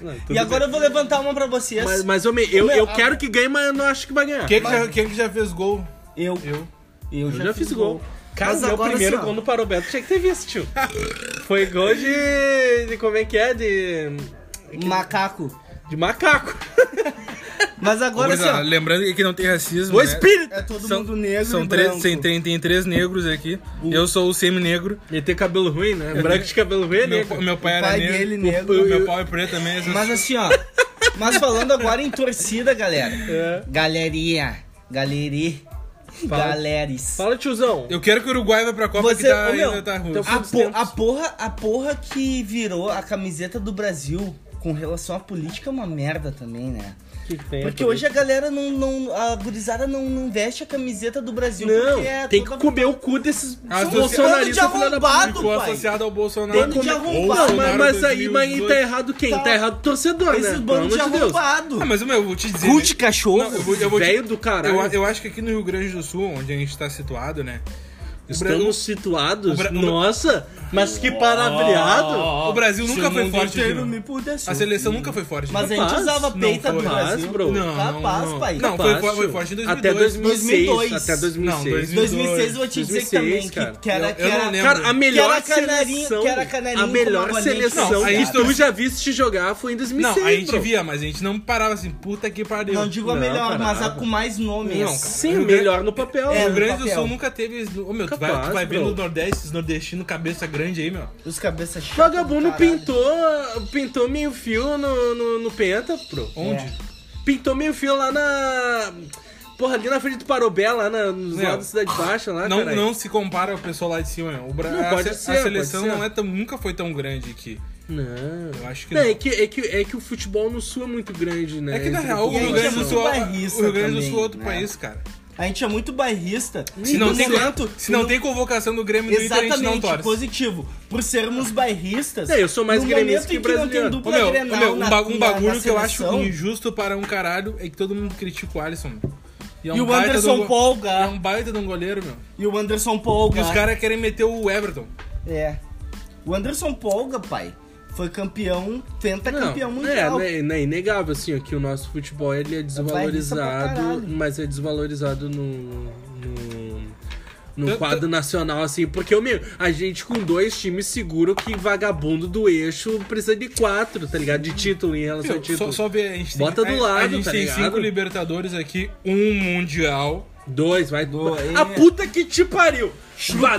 Speaker 1: Não, tudo
Speaker 5: E agora eu vou levantar uma pra vocês.
Speaker 1: bem. Mas, mas homem, eu,
Speaker 5: Meu,
Speaker 1: eu
Speaker 5: a-
Speaker 1: quero que ganhe, mas eu não acho que vai ganhar.
Speaker 4: Quem, que já, quem que já fez gol?
Speaker 5: Eu. Eu, eu
Speaker 1: Eu já fiz gol. Cara,
Speaker 5: Mas
Speaker 1: meu
Speaker 5: agora
Speaker 1: primeiro
Speaker 5: assim, ó.
Speaker 1: gol no Parobeto tinha que ter visto, tio. Foi gol de. de como é que é? De.
Speaker 5: Macaco.
Speaker 1: de macaco.
Speaker 5: Mas agora assim,
Speaker 4: Gurizada,
Speaker 5: ó.
Speaker 4: Lembrando que não tem racismo.
Speaker 1: O
Speaker 4: né?
Speaker 1: espírito!
Speaker 5: É todo mundo negro
Speaker 4: são
Speaker 5: e
Speaker 4: três,
Speaker 5: branco.
Speaker 4: tem, tem, tem três negros aqui. Eu sou o semi-negro.
Speaker 1: Ele tem cabelo ruim, né? Branco de cabelo ruim, né?
Speaker 4: Meu, pa- meu pai
Speaker 5: O
Speaker 4: era
Speaker 5: pai
Speaker 4: negro.
Speaker 5: dele
Speaker 4: O
Speaker 5: negro.
Speaker 4: meu pau é preto também. essas-
Speaker 5: Mas assim, ó. Mas falando agora em torcida, galera. Galeria. Galeri.
Speaker 1: É. Fala.
Speaker 5: Galeres.
Speaker 1: Fala, tiozão.
Speaker 4: Eu quero que o Uruguai vá pra Copa
Speaker 5: Você,
Speaker 4: que tá,
Speaker 5: ô, meu,
Speaker 4: ainda tá ruim.
Speaker 1: então-
Speaker 5: a,
Speaker 1: Todos os
Speaker 5: po-
Speaker 1: tempos.
Speaker 5: a porra, a porra que virou a camiseta do Brasil com relação à política é uma merda também, né?
Speaker 1: O que, que tem?
Speaker 5: Porque hoje
Speaker 4: é
Speaker 5: a galera não. não a gurizada não, não veste a camiseta do Brasil.
Speaker 1: Não,
Speaker 5: porque é
Speaker 1: tem que
Speaker 5: toda-
Speaker 1: comer o cu desses
Speaker 4: As é
Speaker 5: bolsonaristas
Speaker 4: um
Speaker 1: bolsonaristas filha da puta.
Speaker 5: arrombado,
Speaker 4: Ficou
Speaker 5: pai.
Speaker 4: associado ao Bolsonaro.
Speaker 5: Bando de arrombado.
Speaker 1: Não, mas, mas aí mas aí tá
Speaker 4: 2018.
Speaker 1: errado quem? Tá,
Speaker 5: Tá.
Speaker 1: errado o torcedor, né?
Speaker 5: Esses
Speaker 1: Pelo
Speaker 5: bandos de
Speaker 1: amor de Deus.
Speaker 5: arrombado.
Speaker 4: Ah, mas meu, eu vou te dizer.
Speaker 5: Cu
Speaker 4: né?
Speaker 5: de cachorro.
Speaker 4: Não, eu vou, eu vou te-
Speaker 1: Velho do caralho.
Speaker 4: Eu, eu acho que aqui no Rio Grande do Sul, onde a gente tá situado, né? o
Speaker 1: Estamos
Speaker 4: Bra-
Speaker 1: situados?
Speaker 4: o Bra- o Bra-
Speaker 1: Nossa, mas que palavreado.
Speaker 4: O Brasil
Speaker 5: Se
Speaker 4: nunca
Speaker 5: o
Speaker 4: foi
Speaker 5: mundo
Speaker 4: forte.
Speaker 5: inteiro
Speaker 4: Gil.
Speaker 5: me pudesse.
Speaker 4: A seleção nunca foi forte.
Speaker 5: Mas é a
Speaker 4: Gil.
Speaker 5: gente
Speaker 1: Capaz,
Speaker 5: usava
Speaker 4: não
Speaker 5: peita do
Speaker 4: foi.
Speaker 1: Capaz,
Speaker 5: Brasil.
Speaker 1: bro.
Speaker 4: Não,
Speaker 5: Capaz,
Speaker 4: não, não.
Speaker 5: pai.
Speaker 4: Não, foi- foi- foi forte em 2002.
Speaker 1: Até 2006.
Speaker 5: 2002.
Speaker 1: Até 2006.
Speaker 4: Não, 2000.
Speaker 5: 2006 eu vou te dizer
Speaker 1: 2006,
Speaker 5: que
Speaker 1: cara.
Speaker 5: também. Que, que era.
Speaker 4: Eu-
Speaker 5: que
Speaker 4: eu
Speaker 5: era-
Speaker 4: não lembro.
Speaker 1: Cara, a melhor
Speaker 5: Que era canarinho-
Speaker 1: seleção.
Speaker 5: que era canarinho
Speaker 1: a melhor
Speaker 5: com a
Speaker 1: seleção
Speaker 4: Não, a
Speaker 1: que
Speaker 4: gente-
Speaker 1: tu já viste jogar foi em 2006.
Speaker 4: Não, a gente
Speaker 1: bro.
Speaker 4: via, mas a gente não parava assim, puta que pariu.
Speaker 5: Não digo a
Speaker 1: Não,
Speaker 5: melhor,
Speaker 1: cara,
Speaker 5: mas a
Speaker 1: nada.
Speaker 5: com mais assim, nomes.
Speaker 4: Não, cara.
Speaker 1: Sim, melhor no papel.
Speaker 5: É,
Speaker 4: O
Speaker 1: né?
Speaker 4: Rio Grande
Speaker 5: no
Speaker 4: do
Speaker 5: papel.
Speaker 4: Sul nunca teve. Ô meu, tu vai,
Speaker 1: Capaz,
Speaker 4: tu vai ver
Speaker 1: bro.
Speaker 4: no Nordeste, esses nordestinos, cabeça grande aí, meu.
Speaker 5: Os cabeças chatas.
Speaker 1: Vagabundo
Speaker 5: do caralho.
Speaker 1: pintou, pintou meio fio no, no, no Penta, bro.
Speaker 4: Onde?
Speaker 5: É.
Speaker 1: Pintou meio fio lá na. Porra, ali na frente do Parobé, lá na, nos
Speaker 4: Não.
Speaker 1: lados da Cidade Baixa, lá,
Speaker 4: Não,
Speaker 1: caralho.
Speaker 4: não se compara ao pessoal lá de cima, meu. O Bra...
Speaker 1: Ah, Não,
Speaker 4: a,
Speaker 1: pode
Speaker 4: se- a
Speaker 1: ser, pode
Speaker 4: seleção
Speaker 1: ser.
Speaker 4: não é tão, nunca foi tão grande aqui.
Speaker 1: Não.
Speaker 4: Eu acho que
Speaker 1: Não,
Speaker 4: não.
Speaker 1: é, que, é, que, é que o futebol no sul é muito grande, né?
Speaker 4: É que na
Speaker 1: Entre
Speaker 4: real o
Speaker 5: E a
Speaker 4: Rio
Speaker 5: gente
Speaker 4: Grande
Speaker 5: é
Speaker 4: do
Speaker 5: muito
Speaker 4: Sul,
Speaker 5: bairrista
Speaker 4: o Rio Grande do
Speaker 5: também,
Speaker 4: Sul é outro
Speaker 5: né?
Speaker 4: país, cara.
Speaker 5: A gente é muito bairrista.
Speaker 4: Se não,
Speaker 5: No
Speaker 4: tem,
Speaker 5: momento-
Speaker 4: se não
Speaker 5: no-
Speaker 4: tem convocação do Grêmio do Inter, a gente não
Speaker 5: Exatamente,
Speaker 4: torce.
Speaker 5: positivo. Por sermos bairristas.
Speaker 1: É, eu sou mais
Speaker 5: no
Speaker 1: gremista
Speaker 5: momento
Speaker 1: que
Speaker 5: em que não
Speaker 1: brasileiro.
Speaker 5: tem
Speaker 4: Ô,
Speaker 5: dupla
Speaker 4: meu, ô,
Speaker 5: Grenal
Speaker 4: meu, um,
Speaker 5: na-
Speaker 4: ba- um
Speaker 5: na-
Speaker 4: bagulho
Speaker 5: na
Speaker 4: que eu acho
Speaker 5: seleção,
Speaker 4: injusto para um caralho é que todo mundo critica o Alisson. meu. é
Speaker 5: E o
Speaker 4: baita
Speaker 5: Anderson
Speaker 4: de um go-
Speaker 5: Polga.
Speaker 4: É um baita de um goleiro, meu.
Speaker 5: E o Anderson Polga.
Speaker 4: E os caras querem meter o Everton.
Speaker 5: É. O Anderson Polga, pai, foi campeão, pentacampeão
Speaker 1: Não,
Speaker 5: mundial.
Speaker 1: É, né, é inegável, assim, ó, que o nosso futebol ele é
Speaker 5: Vai disso pra
Speaker 1: desvalorizado,
Speaker 5: caralho.
Speaker 1: mas é desvalorizado no. no... No
Speaker 4: Tanto-
Speaker 1: quadro nacional, assim, porque o meu, a gente com dois times seguro que vagabundo do eixo precisa de quatro, tá ligado? De título em relação ao
Speaker 4: Meu, só,
Speaker 1: título.
Speaker 4: só ver, a gente tem,
Speaker 1: Bota do
Speaker 4: a- a,
Speaker 1: lado,
Speaker 4: gente
Speaker 1: tá
Speaker 4: tem
Speaker 1: ligado?
Speaker 4: cinco Libertadores aqui, um Mundial.
Speaker 1: Dois, vai.
Speaker 5: Dois.
Speaker 1: A puta que te pariu!
Speaker 5: Chupa,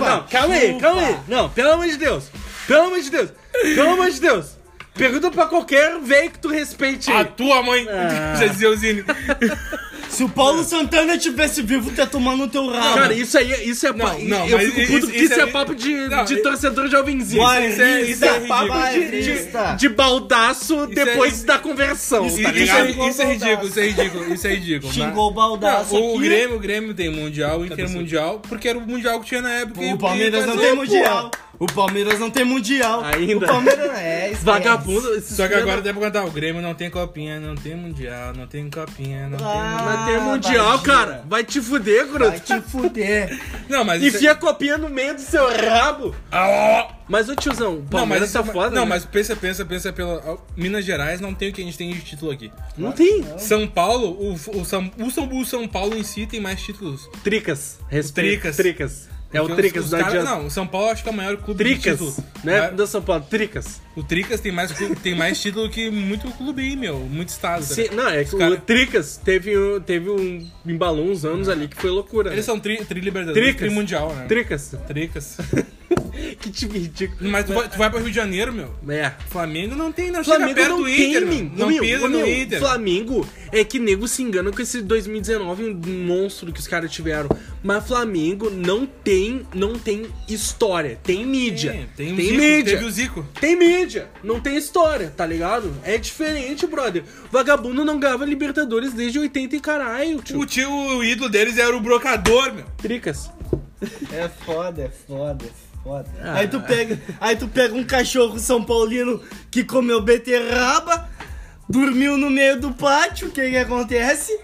Speaker 1: Vai, não, calma aí,
Speaker 5: chupa.
Speaker 1: calma aí. Não, pelo amor de Deus. Pelo amor de Deus. Pelo amor de Deus. Pergunta pra qualquer velho que tu respeite.
Speaker 4: A
Speaker 1: aí.
Speaker 4: tua mãe, assim.
Speaker 1: Ah.
Speaker 4: já dizia o Zine.
Speaker 5: Se o Paulo Santana tivesse vivo, tá tomando o teu rabo.
Speaker 1: É. Cara, isso aí, isso é
Speaker 4: Não,
Speaker 1: papo.
Speaker 4: não,
Speaker 1: Eu
Speaker 4: mas
Speaker 1: fico
Speaker 4: isso-
Speaker 1: puto porque isso
Speaker 4: isso
Speaker 1: é
Speaker 4: é-
Speaker 1: papo de,
Speaker 4: Não,
Speaker 1: de
Speaker 4: isso-
Speaker 1: torcedor jovenzinho.
Speaker 4: Isso é- isso é
Speaker 5: Bairrista,
Speaker 4: ridículo.
Speaker 5: bairrista.
Speaker 1: De baldaço depois
Speaker 4: é-
Speaker 1: da conversão,
Speaker 4: Isso,
Speaker 1: tá
Speaker 4: isso
Speaker 1: ligado?
Speaker 4: é, isso é ridículo, isso é ridículo, isso é ridículo.
Speaker 5: Xingou o baldaço
Speaker 4: Não, o,
Speaker 1: né?
Speaker 5: aqui.
Speaker 4: Grêmio, o Grêmio tem Mundial, o Inter Mundial, porque era o Mundial que tinha na época. e-
Speaker 5: O Palmeiras
Speaker 4: e-
Speaker 5: não
Speaker 4: mas-
Speaker 5: tem
Speaker 4: Pô,
Speaker 5: mundial. O Palmeiras não tem mundial.
Speaker 1: assim, Ainda.
Speaker 5: O Palmeiras é. esquece.
Speaker 1: Vagabundo. esses
Speaker 4: Só que
Speaker 1: filha
Speaker 4: agora
Speaker 1: da-
Speaker 4: dá pra cantar, o Grêmio não tem copinha, não tem mundial, não tem copinha, não
Speaker 5: Ah.
Speaker 1: Mas tem mundial,
Speaker 5: Badia.
Speaker 1: cara. Vai te fuder,
Speaker 5: Vai
Speaker 1: grosso.
Speaker 5: te fuder.
Speaker 4: tem... Não, mas isso é-
Speaker 1: Enfia a copinha no meio do seu rabo.
Speaker 4: Ah, ó.
Speaker 1: Mas, ô tiozão, o
Speaker 4: Não, mas
Speaker 1: Palmeiras tá
Speaker 4: isso- é
Speaker 1: foda,
Speaker 4: Não,
Speaker 1: né?
Speaker 4: mas pensa, pensa, pensa pela... Minas Gerais não tem o que a gente tem de título aqui.
Speaker 1: Não tem.
Speaker 4: São Paulo, o, o, São, o, São, o São Paulo em si tem mais títulos.
Speaker 1: Tricas. Respeito.
Speaker 4: Tricas.
Speaker 1: Tricas. É o
Speaker 4: Porque os-
Speaker 1: Tricas,
Speaker 4: os
Speaker 1: não
Speaker 4: cara-
Speaker 1: adianta.
Speaker 4: Não, tipo, o São Paulo acho que é o maior clube de
Speaker 1: Tricas,
Speaker 4: título.
Speaker 1: né?
Speaker 4: Mas
Speaker 1: Da São Paulo, Tricas.
Speaker 4: O Tricas tem mais, clube- tem mais título que muito clube aí, meu. Muito estado.
Speaker 1: Se-
Speaker 4: né?
Speaker 1: não, é que
Speaker 4: Os cara- É.
Speaker 1: o Tricas teve, um- teve um. embalou uns anos ali que foi loucura.
Speaker 4: Eles
Speaker 1: né?
Speaker 4: são tri, tri
Speaker 1: Tricas.
Speaker 4: tri mundial, né?
Speaker 1: Tricas.
Speaker 4: Tricas.
Speaker 1: Que time ridículo.
Speaker 4: Mas tu vai, tu vai pro Rio de Janeiro, meu.
Speaker 1: É.
Speaker 4: Flamengo não tem, não chega
Speaker 1: Flamengo
Speaker 4: perto
Speaker 1: não
Speaker 4: do
Speaker 1: tem,
Speaker 4: Inter,
Speaker 1: mim.
Speaker 4: meu. Não
Speaker 1: Meu,
Speaker 4: pisa
Speaker 1: meu,
Speaker 4: no Inter.
Speaker 1: Flamengo é que nego se engana com esse 2019 monstro que os caras tiveram. Mas Flamengo não tem, não tem história, tem mídia.
Speaker 4: Tem, tem,
Speaker 1: tem
Speaker 4: o Zico,
Speaker 1: mídia.
Speaker 4: Teve o Zico.
Speaker 1: Tem mídia, não tem história, tá ligado? É diferente, brother. Vagabundo não ganhava Libertadores desde 80 e caralho, tio.
Speaker 4: O tio, o ídolo deles era o brocador, meu.
Speaker 1: Tricas.
Speaker 5: É foda, é foda, é foda.
Speaker 1: Ah.
Speaker 5: Aí, tu pega, aí tu pega um cachorro São Paulino que comeu beterraba, dormiu no meio do pátio, o que que acontece?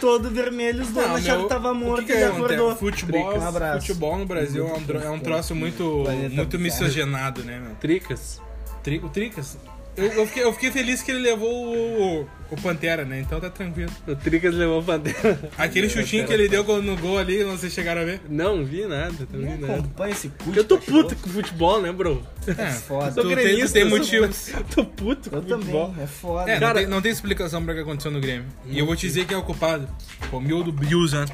Speaker 5: Todo vermelho, os dois
Speaker 4: Não,
Speaker 5: acharam
Speaker 4: Ah, meu,
Speaker 5: que tava
Speaker 4: o que
Speaker 5: morto
Speaker 4: que
Speaker 5: e ele
Speaker 4: acontece?
Speaker 5: acordou.
Speaker 4: Futebol,
Speaker 5: Um abraço.
Speaker 4: futebol no Brasil é um, tro- é um troço muito,
Speaker 5: Planeta
Speaker 4: muito
Speaker 5: bizarro.
Speaker 4: miscigenado, né, meu?
Speaker 1: Tricas.
Speaker 4: Tri- o Tricas. Eu, eu fiquei, eu fiquei feliz que ele levou o, o Pantera, né? Então tá tranquilo.
Speaker 1: O Tricas levou pra dentro.
Speaker 4: Aquele chutinho que ele deu no gol ali, não vocês chegaram a ver.
Speaker 1: Não vi nada, não vi nada.
Speaker 5: Acompanha esse cu de
Speaker 1: né? Eu tô
Speaker 5: cachorro.
Speaker 1: puto com futebol, né, bro?
Speaker 4: É,
Speaker 5: foda.
Speaker 4: Tu,
Speaker 1: Sou
Speaker 4: tem, tu tem
Speaker 1: eu sou-
Speaker 4: motivos.
Speaker 1: Tô puto com
Speaker 5: Eu
Speaker 1: futebol.
Speaker 5: também, é foda.
Speaker 4: É, não
Speaker 1: Cara-
Speaker 4: tem, não tem explicação pra o que aconteceu no Grêmio. E eu vou te dizer quem é o culpado. Comeu do Bilza.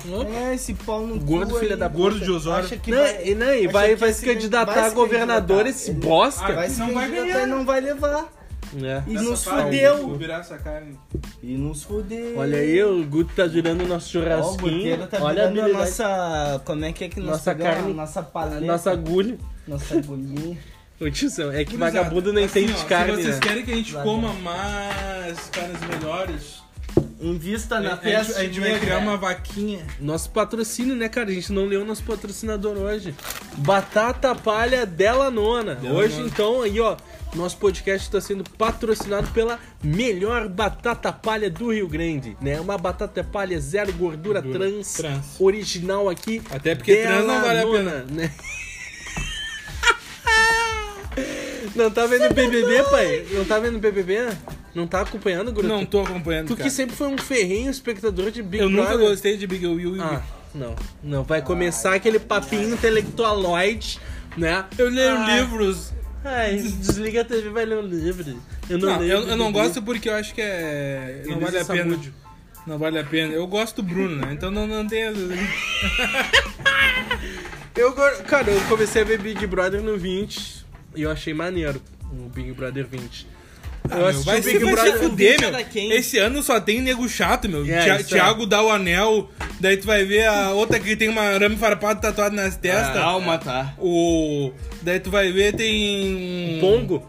Speaker 5: É, esse pau no
Speaker 1: Gordo
Speaker 5: cu
Speaker 1: filha
Speaker 5: aí.
Speaker 1: da
Speaker 4: puta. Gordo de Osório.
Speaker 5: Acha que
Speaker 1: Não,
Speaker 5: vai-
Speaker 1: e não, e
Speaker 5: acha
Speaker 1: vai,
Speaker 5: que
Speaker 1: vai se candidatar
Speaker 5: vai
Speaker 1: a
Speaker 5: se
Speaker 1: governador
Speaker 5: candidatar.
Speaker 1: esse
Speaker 5: Ele
Speaker 1: bosta.
Speaker 5: Vai se
Speaker 4: Não vai
Speaker 5: candidatar
Speaker 4: ganhar.
Speaker 5: e não vai levar.
Speaker 1: É.
Speaker 5: Ah, E nos fudeu.
Speaker 4: virar essa cara.
Speaker 5: E nos fudeu.
Speaker 1: Olha aí, o Guto tá girando o nosso
Speaker 5: Ó, o
Speaker 1: churrasquinho.
Speaker 5: Gorteiro tá
Speaker 1: Olha a
Speaker 5: virando a
Speaker 1: habilidade.
Speaker 5: nossa. Como é que é que nós
Speaker 1: Nossa
Speaker 5: pegamos?
Speaker 1: carne.
Speaker 5: Nossa paleta.
Speaker 1: Nossa agulha.
Speaker 5: Nossa agulhinha.
Speaker 1: Ô, tiozão, é que
Speaker 4: Gurizada,
Speaker 1: vagabundo não
Speaker 4: assim,
Speaker 1: entende
Speaker 4: ó,
Speaker 1: carne,
Speaker 4: Se vocês
Speaker 1: né?
Speaker 4: querem que a gente coma mais carnes melhores,
Speaker 5: Invista
Speaker 4: a,
Speaker 5: na
Speaker 4: a gente,
Speaker 5: festa.
Speaker 4: a gente vai
Speaker 5: né,
Speaker 4: criar
Speaker 5: cara?
Speaker 4: uma vaquinha.
Speaker 1: Nosso patrocínio, né, cara? A gente não leu nosso patrocinador hoje. Batata Palha Della Nona. hoje,
Speaker 4: Nona.
Speaker 1: então, aí, ó, nosso podcast está sendo patrocinado pela melhor batata palha do Rio Grande, né? Uma batata palha zero gordura
Speaker 4: Gordura,
Speaker 1: trans,
Speaker 4: trans.
Speaker 1: original aqui.
Speaker 4: Até porque trans não vale a
Speaker 1: Della
Speaker 4: pena.
Speaker 1: Nona, né? Não tá vendo BBB, pai? Não tá vendo BBB? Não tá acompanhando, Gruta?
Speaker 4: Não tô acompanhando,
Speaker 1: Tu
Speaker 4: cara.
Speaker 1: que sempre foi um ferrenho espectador de Big
Speaker 4: Eu nunca
Speaker 1: Brother.
Speaker 4: gostei de Big Will.
Speaker 1: Ah, não. Não, vai começar aquele papinho intelectualoide, né?
Speaker 4: Eu leio
Speaker 1: Ai.
Speaker 4: livros.
Speaker 1: Ai, desliga a TV e vai ler um livro. Eu não,
Speaker 4: Não,
Speaker 1: leio
Speaker 4: eu, eu não
Speaker 1: DVD.
Speaker 4: gosto porque eu acho que é. Não
Speaker 1: Elisa
Speaker 4: vale a pena.
Speaker 1: Samudio.
Speaker 4: Não vale a pena. Eu gosto do Bruno, né? Então não, não tem.
Speaker 1: Eu, go- cara, eu comecei a ver Big Brother no 20 e eu achei maneiro o Big Brother 20. Eu
Speaker 4: Ah, meu,
Speaker 1: assisti
Speaker 4: vai
Speaker 1: o
Speaker 4: se,
Speaker 1: Big
Speaker 4: vai se
Speaker 1: Brother
Speaker 4: fuder,
Speaker 5: cada né? quem.
Speaker 4: meu. Esse ano só tem nego chato, meu.
Speaker 1: É,
Speaker 4: Tia-
Speaker 1: isso é.
Speaker 4: Thiago dá o anel, daí tu vai ver a outra que tem uma arame farpado tatuado nas testas.
Speaker 5: Calma, tá.
Speaker 4: O. Daí tu vai ver, tem. um,
Speaker 1: Pongo.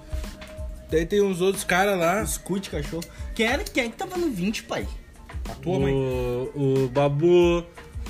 Speaker 4: Daí tem uns outros caras lá.
Speaker 5: Escute, cachorro. Quem era, quem é que tava no 20, pai?
Speaker 4: A tua mãe.
Speaker 1: O, o Babu.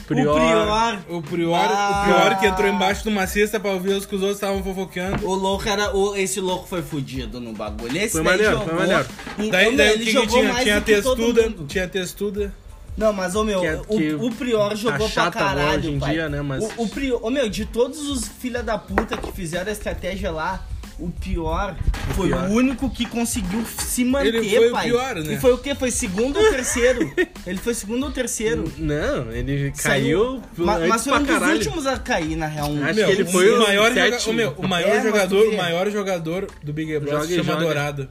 Speaker 1: Prior.
Speaker 5: O Prior.
Speaker 4: O Prior,
Speaker 5: Ah.
Speaker 4: o Prior que entrou embaixo de uma cesta pra ouvir os que os outros estavam fofocando.
Speaker 5: O louco era. O, esse louco foi fudido no bagulho. Esse
Speaker 1: Foi
Speaker 5: daí
Speaker 1: maneiro,
Speaker 5: jogou,
Speaker 1: foi maneiro.
Speaker 5: Então,
Speaker 4: Daí, daí
Speaker 5: ele
Speaker 4: o que que
Speaker 5: jogou
Speaker 4: tinha?
Speaker 5: mais
Speaker 4: Tinha
Speaker 5: do que todo
Speaker 4: testuda,
Speaker 5: mundo.
Speaker 4: tinha testuda.
Speaker 5: Não, mas, ô meu,
Speaker 1: Que é- que
Speaker 5: o, o Prior jogou pra
Speaker 1: chata a bola
Speaker 5: caralho,
Speaker 1: hoje em
Speaker 5: pai.
Speaker 1: dia, né, mas-
Speaker 5: O, o Prior, ô meu, de todos os filha da puta que fizeram a estratégia lá, o pior foi
Speaker 1: pior.
Speaker 5: o único que conseguiu se manter,
Speaker 4: Ele foi o
Speaker 5: pai.
Speaker 4: pior, né?
Speaker 5: E foi o quê? Foi segundo ou terceiro? Ele foi segundo ou terceiro?
Speaker 1: Não, ele
Speaker 5: Saiu-
Speaker 1: Hum, caiu.
Speaker 5: Ma-
Speaker 1: antes
Speaker 5: mas foi um
Speaker 1: pra
Speaker 5: dos
Speaker 1: caralho.
Speaker 5: últimos a cair, na real. Um-
Speaker 1: Acho
Speaker 4: Meu,
Speaker 1: que ele foi
Speaker 4: o
Speaker 1: o
Speaker 4: maior,
Speaker 1: sétimo.
Speaker 4: joga- o meu, o maior
Speaker 5: É, mas tu
Speaker 4: jogador,
Speaker 5: vê.
Speaker 4: o maior jogador do Big Brother
Speaker 1: Joga e
Speaker 4: se chama
Speaker 1: joga.
Speaker 4: Dourado.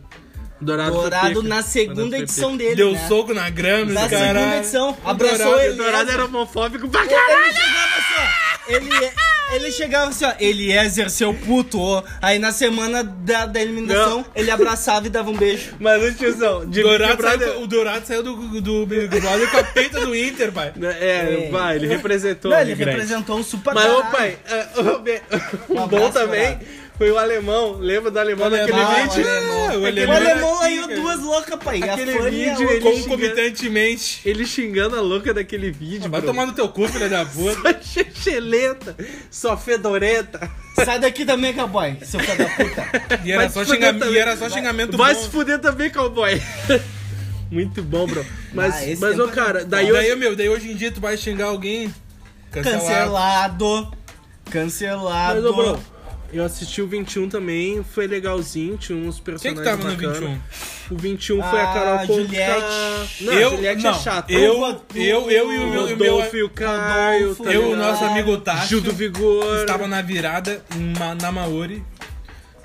Speaker 1: Dourado, foi
Speaker 5: Dourado
Speaker 1: pica.
Speaker 5: na
Speaker 1: Dourado
Speaker 5: segunda
Speaker 1: foi
Speaker 5: edição
Speaker 1: pica.
Speaker 5: dele,
Speaker 4: Deu
Speaker 5: né?
Speaker 4: soco na grama,
Speaker 5: Na
Speaker 4: os caras.
Speaker 5: segunda edição, abraçou
Speaker 4: Dourado-
Speaker 5: ele.
Speaker 1: Dourado era homofóbico pra caralho.
Speaker 5: Ele chegava assim, ó. Ele, ele chegava assim, ó. Eliezer, seu puto. ó. Aí na semana da, da eliminação, ele abraçava e dava um beijo.
Speaker 1: Mas o tiozão, de
Speaker 4: Dourado
Speaker 1: Big
Speaker 4: saiu, o Dourado saiu do, do Big Brother com a peita do Inter, pai.
Speaker 1: É,
Speaker 5: É.
Speaker 1: vai, ele representou.
Speaker 5: Não,
Speaker 1: o
Speaker 5: ele
Speaker 1: Rio Grande.
Speaker 5: representou o super
Speaker 1: Mas, ô
Speaker 5: caralho.
Speaker 1: pai, é, ô, be-
Speaker 5: Um
Speaker 1: o bom
Speaker 5: abraço,
Speaker 1: também
Speaker 5: Dourado.
Speaker 1: foi o alemão. Lembra do alemão
Speaker 4: O
Speaker 5: Ah,
Speaker 1: naquele
Speaker 4: alemão,
Speaker 1: vídeo? É,
Speaker 4: o alemão.
Speaker 1: Aquele
Speaker 4: O
Speaker 5: O
Speaker 1: vídeo-
Speaker 4: alemão
Speaker 5: alemão
Speaker 4: Aquele
Speaker 5: aí,
Speaker 4: vídeo-
Speaker 5: duas loucas, pai. A
Speaker 1: aquele
Speaker 5: Fanny é
Speaker 1: vídeo,
Speaker 5: louca.
Speaker 1: ele
Speaker 4: Concomitantemente.
Speaker 1: Ele xingando a louca daquele vídeo.
Speaker 4: Ah, Vai
Speaker 1: bro.
Speaker 4: tomar no teu cu, filha da puta.
Speaker 1: Só xixelenta, só fedorenta.
Speaker 5: Sai daqui também, cowboy, seu filho da puta.
Speaker 4: E era,
Speaker 1: Vai
Speaker 4: só,
Speaker 1: se fuder
Speaker 4: xinga-
Speaker 1: também.
Speaker 4: e era só xingamento
Speaker 1: Vai
Speaker 4: bom.
Speaker 1: se fuder também, cowboy. Muito bom, bro. Mas,
Speaker 5: Ah, esse
Speaker 1: mas ô,
Speaker 5: tempo
Speaker 1: cara,
Speaker 4: Daí,
Speaker 1: daí eu.
Speaker 4: meu, daí hoje em dia tu vai xingar alguém. Cancelar.
Speaker 5: Cancelado. Cancelado.
Speaker 1: Mas, ô, bro, eu assisti o 21 também, foi legalzinho, tinha uns
Speaker 4: Quem que
Speaker 1: personagens
Speaker 4: tava no
Speaker 1: bacanas.
Speaker 4: 21?
Speaker 1: O 21 foi a
Speaker 5: Ah,
Speaker 1: Carol Conká.
Speaker 5: Juliette.
Speaker 1: Não,
Speaker 4: Eu-
Speaker 1: a Juliette
Speaker 4: não,
Speaker 1: é chata.
Speaker 4: eu-
Speaker 1: O
Speaker 4: eu- eu e o meu- e o meu-
Speaker 1: Rodolfo e o Caio.
Speaker 5: Rodolfo,
Speaker 1: tá
Speaker 4: Eu, o
Speaker 1: ligado?
Speaker 4: nosso amigo
Speaker 1: Gil
Speaker 4: Tássio,
Speaker 1: do Vigor.
Speaker 4: estava na virada em Ma- na Maori.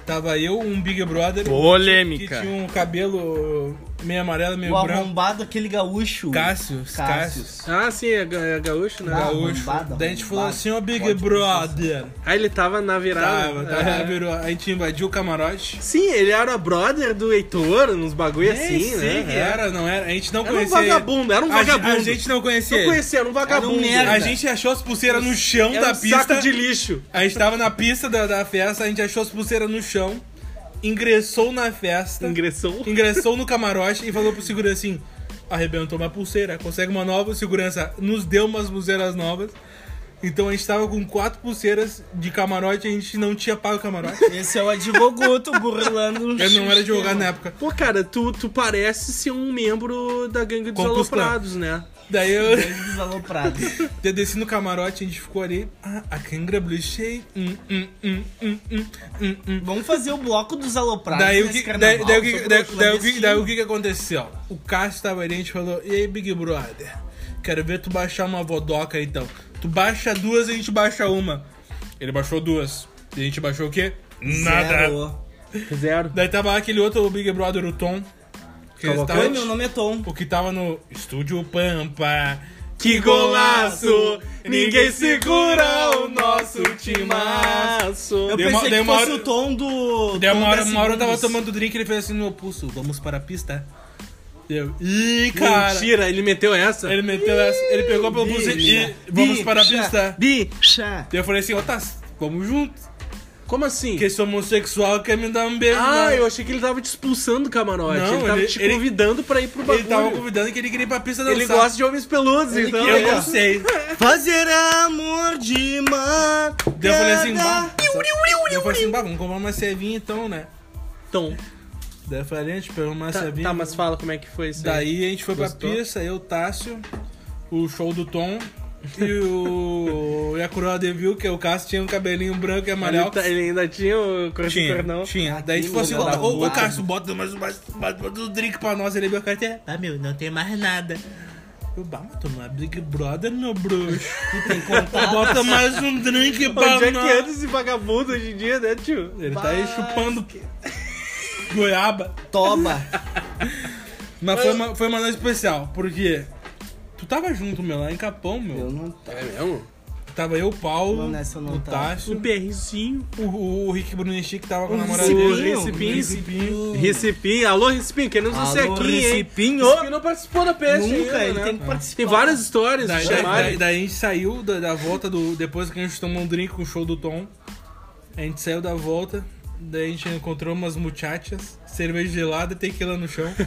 Speaker 4: Tava eu, um Big Brother.
Speaker 1: Polêmica.
Speaker 4: Que tinha um cabelo meio amarelo, meio
Speaker 5: O
Speaker 4: branco.
Speaker 5: arrombado, aquele gaúcho.
Speaker 4: Cássio, Cássio.
Speaker 5: Cássio.
Speaker 1: Ah, sim, é, ga- é gaúcho, né?
Speaker 5: Ah.
Speaker 4: Gaúcho.
Speaker 5: Arrombado,
Speaker 4: Daí a gente
Speaker 5: arrombado.
Speaker 4: falou assim, ó Big
Speaker 5: Pode
Speaker 4: Brother.
Speaker 1: Ah, ele tava na virada.
Speaker 4: Tava, tava
Speaker 1: É.
Speaker 4: na virou. A gente invadiu o camarote.
Speaker 1: Sim, ele era brother do Heitor, uns bagulho assim,
Speaker 4: Nem
Speaker 1: né?
Speaker 4: sei que
Speaker 1: É.
Speaker 4: Era, não era. A gente não
Speaker 1: Era um
Speaker 4: conhecia.
Speaker 1: vagabundo, era um
Speaker 4: A gente-
Speaker 1: vagabundo.
Speaker 4: A gente não conhecia.
Speaker 1: Eu
Speaker 4: ele.
Speaker 1: conhecia, era um vagabundo.
Speaker 5: merda.
Speaker 4: A gente achou as pulseiras no chão
Speaker 1: Era
Speaker 4: da
Speaker 1: um
Speaker 4: pista.
Speaker 1: saco de lixo.
Speaker 4: A gente tava na pista da, da festa, a gente achou as pulseiras no chão, ingressou na festa,
Speaker 1: Ingressou.
Speaker 4: ingressou no camarote e falou pro segurança assim: arrebentou uma pulseira, consegue uma nova. O segurança nos deu umas pulseiras novas. Então a gente tava com quatro pulseiras de camarote e a gente não tinha pago o camarote.
Speaker 5: Esse é o advogado burlando. um
Speaker 4: Eu não era advogado na época.
Speaker 1: Pô, cara, tu, tu parece ser um membro da gangue dos
Speaker 4: Compostão.
Speaker 1: aloprados, né?
Speaker 4: Daí eu,
Speaker 5: Desaloprado.
Speaker 4: eu desci no camarote, a gente ficou ali. Ah, a Kangra Blue Shade. Hum, hum, hum, hum, hum, hum, hum.
Speaker 5: Vamos fazer o bloco dos aloprados.
Speaker 4: Daí o
Speaker 5: nesse
Speaker 4: que, daí,
Speaker 5: carnaval,
Speaker 4: daí o que-
Speaker 5: só pro
Speaker 4: daí- daí o que-
Speaker 5: clandestino.
Speaker 4: daí o que que aconteceu? O Cássio tava ali e a gente falou: E aí, Big Brother? Quero ver tu baixar uma vodoca então. Tu baixa duas e a gente baixa uma. Ele baixou duas. E a gente baixou o quê? Nada.
Speaker 5: Zero.
Speaker 1: Zero.
Speaker 4: Daí tava aquele outro Big Brother, o Tom. Que ele
Speaker 1: Cavalcante?
Speaker 4: tava-
Speaker 5: Oi, meu nome é Tom.
Speaker 4: O que tava no Estúdio Pampa.
Speaker 1: Que golaço! Ninguém segura o nosso timaço.
Speaker 5: Eu
Speaker 4: Deu
Speaker 5: pensei
Speaker 4: uma-
Speaker 5: que
Speaker 4: deu
Speaker 5: fosse
Speaker 4: uma hora-
Speaker 5: o Tom do.
Speaker 4: Daí
Speaker 5: Tom
Speaker 4: uma hora,
Speaker 5: 10
Speaker 4: uma hora eu tava
Speaker 5: segundos.
Speaker 4: tomando drink e ele fez assim no meu pulso: Vamos para a pista? Eu, Ih, cara.
Speaker 1: Mentira, ele meteu essa?
Speaker 4: Ele meteu essa. Ele pegou pelo pulso e.
Speaker 5: Bicha,
Speaker 4: Vamos para a
Speaker 5: bicha,
Speaker 4: pista.
Speaker 5: Bicha.
Speaker 4: Daí eu falei assim, ô Tassi, vamos junto.
Speaker 1: Como assim?
Speaker 4: Que esse homossexual quer me dar um beijo.
Speaker 1: Ah,
Speaker 4: né?
Speaker 1: eu achei que ele tava te expulsando, camarote.
Speaker 4: Não,
Speaker 1: ele tava
Speaker 4: ele-
Speaker 1: te
Speaker 4: ele-
Speaker 1: convidando pra ir pro bagulho.
Speaker 4: Ele
Speaker 1: Ele,
Speaker 4: tava convidando que ele queria ir pra pista dançar.
Speaker 1: gosta de homens peludos, então.
Speaker 4: Eu
Speaker 1: é.
Speaker 4: não sei.
Speaker 5: Fazer amor de mar.
Speaker 4: Daí eu falei assim, bah. Daí eu falei assim, bah, vamos comprar uma cevinha então, né?
Speaker 1: Então,
Speaker 4: Daí eu falei, a gente pegou uma
Speaker 1: tá,
Speaker 4: cevinha.
Speaker 1: tá, mas fala como é que foi isso aí.
Speaker 4: Daí a gente foi
Speaker 1: Gostou?
Speaker 4: pra pista, eu, Tássio, o show do Tom e o. e a coroa de viu, que o Cássio tinha um cabelinho branco e
Speaker 1: Ele,
Speaker 4: amarelo.
Speaker 1: tá- ele ainda tinha o
Speaker 4: Tinha,
Speaker 1: corte
Speaker 4: tinha. Daí
Speaker 5: Aqui,
Speaker 4: tipo assim, ô,
Speaker 5: lugar da
Speaker 4: ô, ô,
Speaker 5: boate.
Speaker 4: Cássio, bota mais, mais, mais, mais um drink pra nós. Ele abriu a carteira. Ah, meu, não tem mais nada. Eu, bah, mas tu não é Big Brother, meu bruxo. bota mais um drink pra
Speaker 1: Onde é que
Speaker 4: nós.
Speaker 1: anda esse vagabundo hoje em dia, né, tio?
Speaker 4: Ele tá aí chupando goiaba.
Speaker 5: Toba.
Speaker 4: Mas foi uma, foi uma noite especial, porque tu tava junto, meu, lá em Capão, meu.
Speaker 5: Eu não tava.
Speaker 1: É mesmo?
Speaker 4: Tava eu, o Paulo,
Speaker 5: Não, nessa eu não
Speaker 4: o
Speaker 5: tava.
Speaker 1: O
Speaker 4: Tássio,
Speaker 1: PRzinho.
Speaker 4: o, o, o Rick Brunichi que tava com a namorada
Speaker 1: O
Speaker 4: dele.
Speaker 5: Recipinho.
Speaker 1: Recipinho.
Speaker 4: Recipinho.
Speaker 1: Recipinho. Alô, Recipinho. Queremos você
Speaker 5: Alô,
Speaker 1: aqui, hein?
Speaker 5: Recipinho.
Speaker 1: Recipinho não participou da peste
Speaker 5: Nunca,
Speaker 1: ainda,
Speaker 5: ele
Speaker 1: né?
Speaker 5: tem que participar.
Speaker 1: Tem várias histórias.
Speaker 4: Daí, daí,
Speaker 1: chamaram.
Speaker 4: daí- daí a gente saiu da, da volta do. Depois que a gente tomou um drink com o show do Tom. A gente saiu da volta. Daí a gente encontrou umas muchachas, cerveja gelada e tequila no chão.